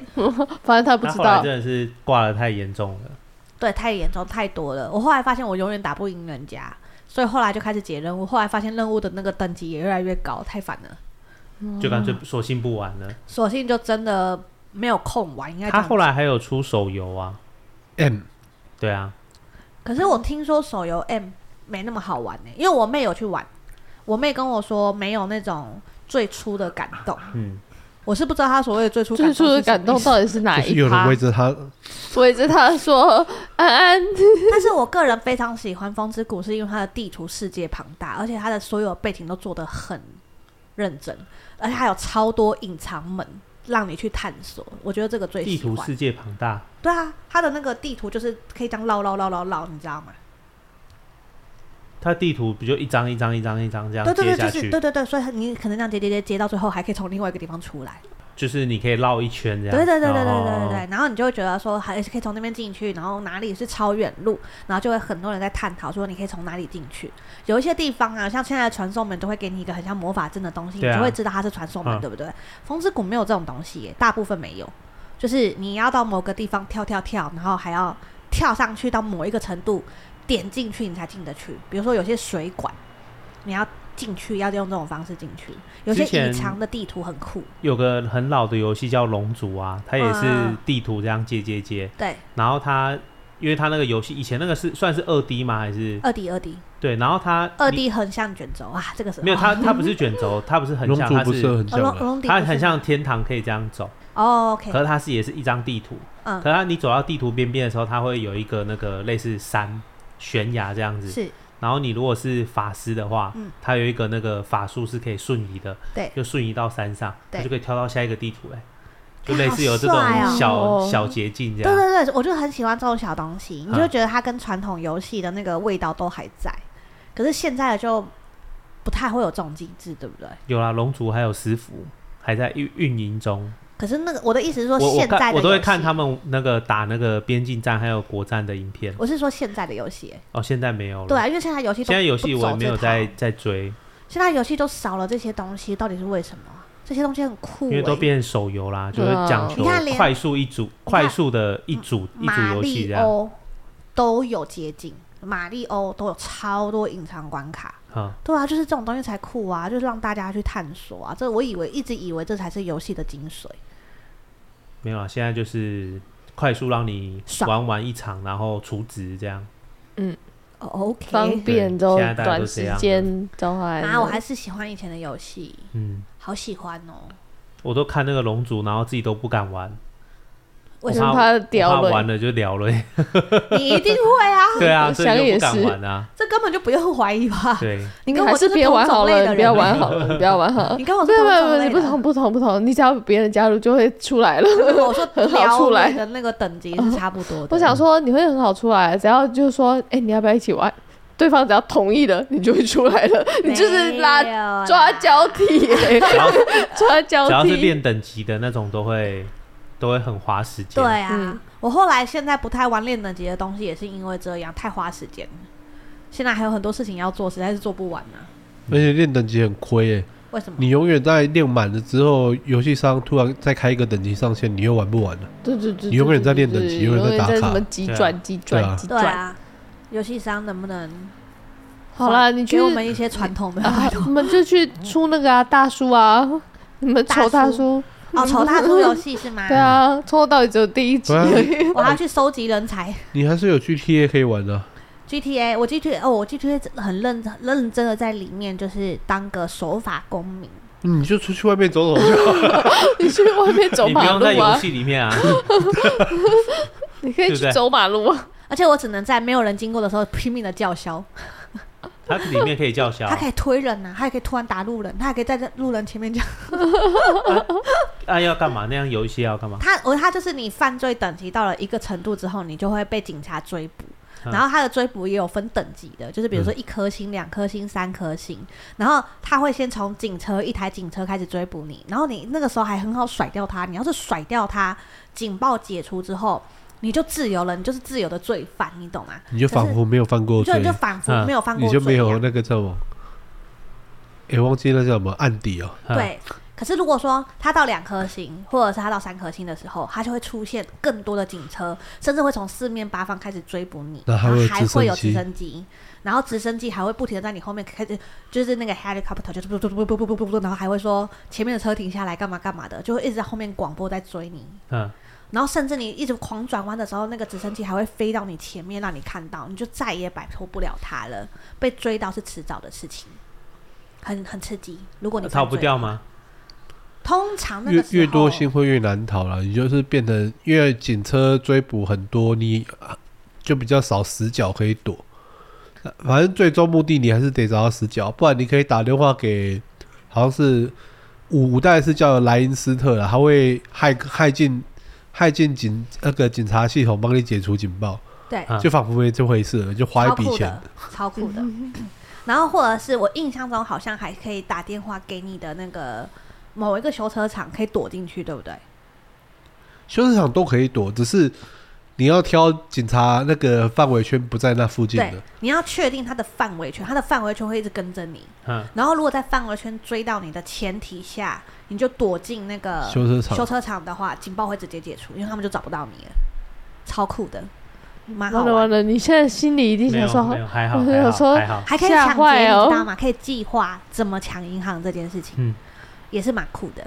S3: 反正他不
S4: 他
S3: 知
S4: 后来
S3: 道，
S4: 真的是挂的太严重了。
S1: 对，太严重太多了。我后来发现我永远打不赢人家，所以后来就开始解任务。后来发现任务的那个等级也越来越高，太烦了，嗯
S4: 就干脆索性不玩了。
S1: 索性就真的没有空玩。应该这
S4: 他
S1: 样
S4: 后来还有出手游啊，
S2: M
S4: 对啊，
S1: 可是我听说手游 M 没那么好玩欸呢、因为我妹有去玩，我妹跟我说没有那种最初的感动。
S4: 嗯，
S1: 我是不知道她所谓的最初
S3: 最初的感动
S1: 是什么
S3: 到底是哪
S2: 就是
S3: 一
S2: 有人
S3: 趴
S2: 围？着他，
S3: 围着他说：“安安，
S1: 意 思，但是我个人非常喜欢《风之谷》，是因为它的地图世界庞大，而且它的所有背景都做得很认真，而且还有超多隐藏门让你去探索。我觉得这个最
S4: 地
S1: 喜
S4: 图
S1: 欢。
S4: 世界庞大，
S1: 对啊，它的那个地图就是可以这样绕绕绕绕绕，你知道吗？
S4: 它地图不就一张一张一张一张这样
S1: 对对
S4: 接
S1: 对，
S4: 下
S1: 就是
S4: 去，
S1: 对对对，所以你可能这样接接接接到最后，还可以从另外一个地方出来。
S4: 就是你可以绕一圈这样。哦
S1: 对对对对对
S4: 然
S1: 对
S4: 后
S1: 对对，然后你就会觉得说，还是可以从那边进去，然后哪里是超远路，然后就会很多人在探讨说你可以从哪里进去。有一些地方啊，像现在的传送门都会给你一个很像魔法阵的东西，你
S4: 对啊
S1: 就会知道它是传送门，
S4: 嗯
S1: 对不对？风之谷没有这种东西耶，大部分没有，就是你要到某个地方跳跳跳，然后还要跳上去到某一个程度，点进去你才进得去。比如说有些水管，你要进去要用这种方式进去，有些
S4: 之前
S1: 隐藏的地图很酷，
S4: 有个很老的游戏叫《龙族》啊，它也是
S1: 嗯
S4: 地图这样接接接，
S1: 对，
S4: 然后它。因为它那个游戏以前那个是算是二 D 吗？还是
S1: 二 D 二 D。
S4: 对？然后它
S1: 二
S4: 你
S1: D 横向卷轴啊，这个是
S4: 没有它，它不是卷 轴，它不是横
S2: 龙
S4: 向，
S2: 族
S4: 它
S2: 不是
S4: 是
S2: 很
S1: 哦
S2: 像啊
S1: 龙
S2: 的，
S1: 龙底
S4: 它
S1: 不是
S4: 很像天堂可以这样走，
S1: 哦，OK，
S4: 可是它是也是一张地图，
S1: 嗯
S4: 可是它你走到地图边边的时候，它会有一个那个类似山悬崖这样子，
S1: 是
S4: 然后你如果是法师的话，
S1: 嗯
S4: 它有一个那个法术是可以瞬移的，
S1: 对
S4: 就瞬移到山上，
S1: 对
S4: 它就可以跳到下一个地图、欸，哎，就
S1: 看
S4: 类似有这种
S1: 好帅
S3: 哦
S4: 小、
S3: 哦
S4: 小捷径这
S1: 对
S4: 样。
S1: 对对，我就很喜欢这种小东西，你就
S4: 嗯
S1: 觉得它跟传统游戏的那个味道都还在，可是现在的就不太会有这种机制，对不对？
S4: 有啦，龙族还有石斧还在运运营中，
S1: 可是那个我的意思是说，
S4: 我我
S1: 现在
S4: 看
S1: 的
S4: 我都会
S1: 游戏
S4: 看他，们那个打那个边境战还有国战的影片。
S1: 我是说现在的游戏，欸
S4: 哦，现在没有了。
S1: 对啊，因为现在游戏都
S4: 现在游
S1: 不
S4: 戏
S1: 走
S4: 我也没
S1: 这
S4: 有在
S1: 套，
S4: 在追，
S1: 现在游戏都少了这些东西，到底是为什么啊？这些东西很酷欸，
S4: 因为都变手游啦，就会讲
S3: 嗯
S4: 求
S1: 你看连
S4: 快速一组、快速的一组一组
S1: 马
S4: 游戏
S1: 里
S4: 这样。
S1: 欧都有接近，马里欧都有超多隐藏关卡。
S4: 嗯，
S1: 对啊，就是这种东西才酷啊，就是让大家去探索啊。这我以为一直以为这才是游戏的精髓。
S4: 没有啊，现在就是快速让你
S1: 爽
S4: 玩完一场，然后除职这样。
S1: 哦，OK、
S3: 方
S1: o
S3: 便之后
S4: 现在大家
S3: 短
S4: 都这
S3: 时
S4: 样
S3: 间召唤。”
S1: k 啊，我还是喜欢以前的游戏，
S4: 嗯，
S1: 好喜欢哦。
S4: 我都看那个龙族，然后自己都不敢玩，
S1: 为
S4: 我
S1: 什
S4: 怕
S1: 么
S3: 我怕
S4: 我
S3: 屌
S4: 怕
S3: 了
S4: 玩了就聊了。
S1: 你一定会啊？
S4: 对啊，
S3: 我
S4: 所
S3: 想
S4: 以就
S3: 也
S4: 不敢
S3: 是
S4: 玩啊。
S1: 这根本就不用怀疑吧？
S4: 对，
S3: 你
S1: 跟
S3: 还
S1: 我就是是
S3: 别
S1: 同
S3: 玩
S1: 种
S3: 好
S1: 类
S3: 了，
S1: 的
S3: 你不要
S1: 人
S3: 玩好 了，你不要玩好了。
S1: 你跟我
S3: 不
S1: 说
S3: 要
S1: 同
S3: 不
S1: 种
S3: 要，
S1: 类
S3: 你不
S1: 的
S3: 同不同不同，你只要有别人加入就会出来了。
S1: 我说
S3: 很好
S1: 撩
S3: 出来
S1: 妹的那个等级是差不多的。
S3: 我想说你会很好出来，只要就是说，哎、你要不要一起玩？对方只要同意了，你就会出 来了，
S1: 啊
S3: 你就是拉
S1: 没有啦
S3: 抓交替、 欸
S4: 只要只
S3: 抓交
S4: 要是
S3: 替。
S4: 练等级的那种，都会都会很花时间。
S1: 对，啊，
S3: 嗯
S1: 我后来现在不太玩练等级的东西，也是因为这样太花时间了。现在还有很多事情要做，实在是做不完呢、啊
S2: 而且练等级很亏诶，
S1: 为什么？
S2: 你永远在练满了之后，游戏商突然再开一个等级上限，你又玩不完了。
S3: 对对对，
S2: 你永远在练等级
S3: 对
S2: 永
S3: 永
S2: 远在打卡
S3: 什么急转急
S2: 对啊
S3: 转急
S1: 对
S3: 转。
S1: 啊，游戏商能不能
S3: 好啦，你去
S1: 给我们一些传统的？
S3: 啊， 我们就去出那个啊大叔啊，你们抽
S1: 大
S3: 大
S1: 叔
S3: 叔，
S4: 嗯
S1: 哦，丑大叔游戏是吗？
S3: 对啊，抽到底只有第一集
S2: 对啊
S3: 而已。
S1: 我还要去收集人才。
S2: 你还是有 GTA 可以玩的啊、
S1: GTA，我 GTA 哦，我 GTA 真的很认很认真的在里面，就是当个守法公民。
S2: 你就出去外面走 走就好。
S3: 你去外面走
S4: 你不
S3: 马
S4: 用在
S3: 路
S4: 游
S3: 啊，
S4: 戏里 面啊，
S3: 你可以
S4: 对不
S3: 去
S4: 对
S3: 走马路啊。
S1: 而且我只能在没有人经过的时候拼命的叫嚣，
S4: 它里面可 以叫嚣
S1: 他可以推人呐、啊，他也可以突然打路人，他还可以在这路人前面讲
S4: 啊，要干嘛？那样游戏要干嘛？
S1: 他，我他就是你犯罪等级到了一个程度之后，你就会被警察追捕。
S4: 嗯
S1: 然后他的追捕也有分等级的，就是比如说
S2: 嗯
S1: 一颗星、两颗星、三颗星，然后他会先从警车一台警车开始追捕你，然后你那个时候还很好甩掉他，你要是甩掉他，警报解除之后，你就自由了，你就是自由的罪犯，你懂吗？
S2: 你就仿佛没有犯过
S1: 就
S2: 罪
S1: 你就，仿佛
S4: 嗯
S1: 没有犯过
S2: 啊
S1: 罪啊
S2: 你就
S1: 一
S2: 没有
S1: 样，
S2: 那个叫什么？哎、忘记那叫什么案底哦。
S4: 嗯，
S1: 对。可是如果说他到两颗星，或者是他到三颗星的时候，他就会出现更多的警车，甚至会从四面八方开始追捕你，
S2: 那还
S1: 然
S2: 会有
S1: 后还
S2: 直升
S1: 会有直
S2: 机
S1: 升机，然后直升机还会不停的在你后面开始，就是那个 helicopter 就是不不不不不不不，然后还会说前面的车停下来干嘛干嘛的，就会一直在后面广播在追你，
S4: 嗯，
S1: 然后甚至你一直狂转弯的时候，那个直升机还会飞到你前面让你看到，你就再也摆脱不了它了，被追到是迟早的事情。很很刺激，如果你
S4: 逃
S1: 犯
S4: 不
S1: 罪
S4: 掉
S1: 的话
S4: 吗？
S1: 通常啊那
S2: 越
S1: 个时
S2: 越多
S1: 候
S2: 星会越难逃了，你就是变成因为警车追捕很多，你啊就比较少死角可以躲。啊反正最终目的你还是得找到死角，不然你可以打电话给，好像是五五代是叫莱因斯特啦，他会害害进害进警那个警察系统，帮你解除警报，
S1: 对，
S4: 啊
S2: 就仿佛没这回事了，就花一
S1: 超
S2: 笔
S1: 酷
S2: 钱
S1: 的。，超酷的。然后或者是我印象中好像还可以打电话给你的那个某一个修车厂，可以躲进去，对不对？
S2: 修车厂都可以躲，只是你要挑警察那个范围圈不在那附近
S1: 对
S2: 的。，
S1: 你要确定它的范围圈，它的范围圈会一直跟着你。
S4: 嗯，
S1: 然后如果在范围圈追到你的前提下，你就躲进那个
S2: 修车厂
S1: 呃修车厂的话，警报会直接解除，因为他们就找不到你了，超酷的，蛮好
S3: 完了
S1: 玩
S3: 完
S1: 的。
S3: 了，你现在心里一定
S4: 没
S3: 想
S4: 有
S3: 说
S4: 没，有，还好
S3: 我
S4: 还
S3: 有
S4: 好
S3: 说
S4: 还好，
S1: 还可以
S3: 吓
S1: 抢劫，
S3: 坏
S1: 你
S3: 哦
S1: 知道吗？可以计划怎么抢银行这件事情，
S4: 嗯
S1: 也是蛮酷的。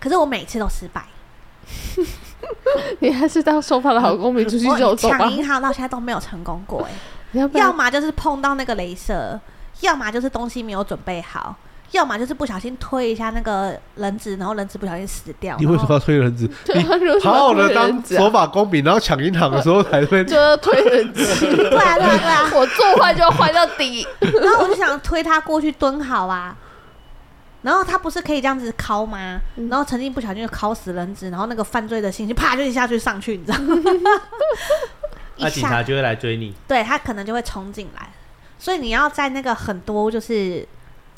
S1: 可是我每次都失败，
S3: 你还是当守法的好公民出去走
S1: 我
S2: 啊
S3: 走吧
S1: 抢。银行到现在都没有成功 过、哎，
S3: 你要不
S1: 要
S3: 要？
S1: 么就是碰到那个镭射，要么就是东西没有准备好，要么就是不小心推一下那个人质，然后人质不小心死掉。
S2: 你为什么要推轮 子？你
S3: 如果
S2: 好好的
S3: 推
S2: 当
S3: 人质啊啊
S2: 守法公民，然后抢银行的时候才会
S3: 就要推人机，
S1: 然后？对啊，对啊，对啊。
S3: 我做坏就要坏到底。
S1: 然后我就想推他过去蹲好啊。然后他不是可以这样子敲吗？
S3: 嗯
S1: 然后曾经不小心就敲死人质，然后那个犯罪的信息啪就一下就上去，你知道 吗？一
S4: 那警察
S1: 下，
S4: 就会来追你，
S1: 对他可能就会冲进来，所以你要在那个很多就是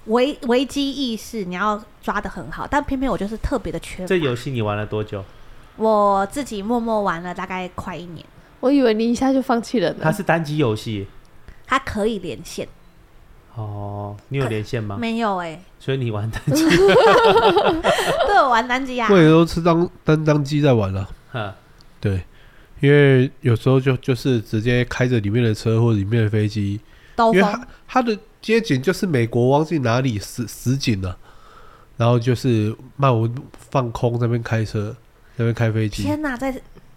S1: 危危机意识，你要抓的很好。但偏偏我就是特别的缺
S4: 这
S1: 乏，
S4: 游戏你玩了多久？
S1: 我自己默默玩了大概快一年，
S3: 我以为你一下就放弃人
S4: 它
S3: 了，
S4: 是单机游戏
S1: 它可以连线，
S4: 哦，你有连线
S2: 啊
S4: 吗？
S1: 没有 哎、
S4: 所以你玩单机，
S1: 对我玩单机啊，
S2: 我也都是当当当机在玩了、
S4: 嗯
S2: 对，因为有时候就就是直接开着里面的车或者里面的飞机，
S1: 兜
S2: 因为
S1: 风
S2: 它它的街景就是美国忘记哪里实实景了、然后就是漫无放空这边开车，那边开飞机，
S1: 天哪，在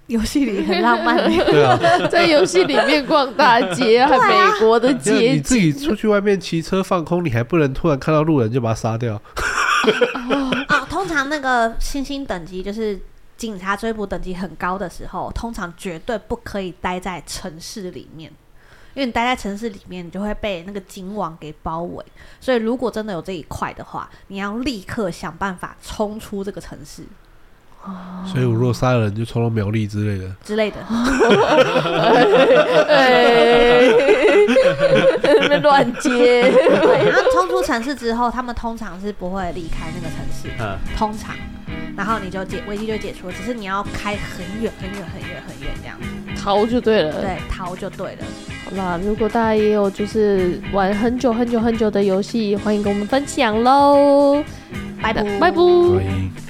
S1: 游戏里很浪漫欸
S2: 对啊，
S3: 在游戏里面逛大街，还美国的
S2: 因为
S3: 街
S2: 你自己出去外面骑车放空，你还不能突然看到路人就把他杀掉，
S1: 啊、通常那个星星等级就是警察追捕等级很高的时候，通常绝对不可以待在城市里面，因为你待在城市里面，你就会被那个警网给包围。所以如果真的有这一块的话，你要立刻想办法冲出这个城市
S3: 哦
S2: 所以我如果杀了人就冲到苗栗之类的。
S1: 之 类的。
S3: 哎，那边乱接，
S1: 对，然后冲出城市之后，他们通常是不会离开那个城市，
S4: 嗯，
S1: 通常然后你就解危机就解除了，只是你要开很远很远很远很远这样，
S3: 逃就对了。
S1: 对，逃就对了。
S3: 好啦，如果大家也有就是玩很久很久很久的游戏，欢迎跟我们分享喽。
S1: 拜拜
S3: 拜拜。
S2: 欢迎。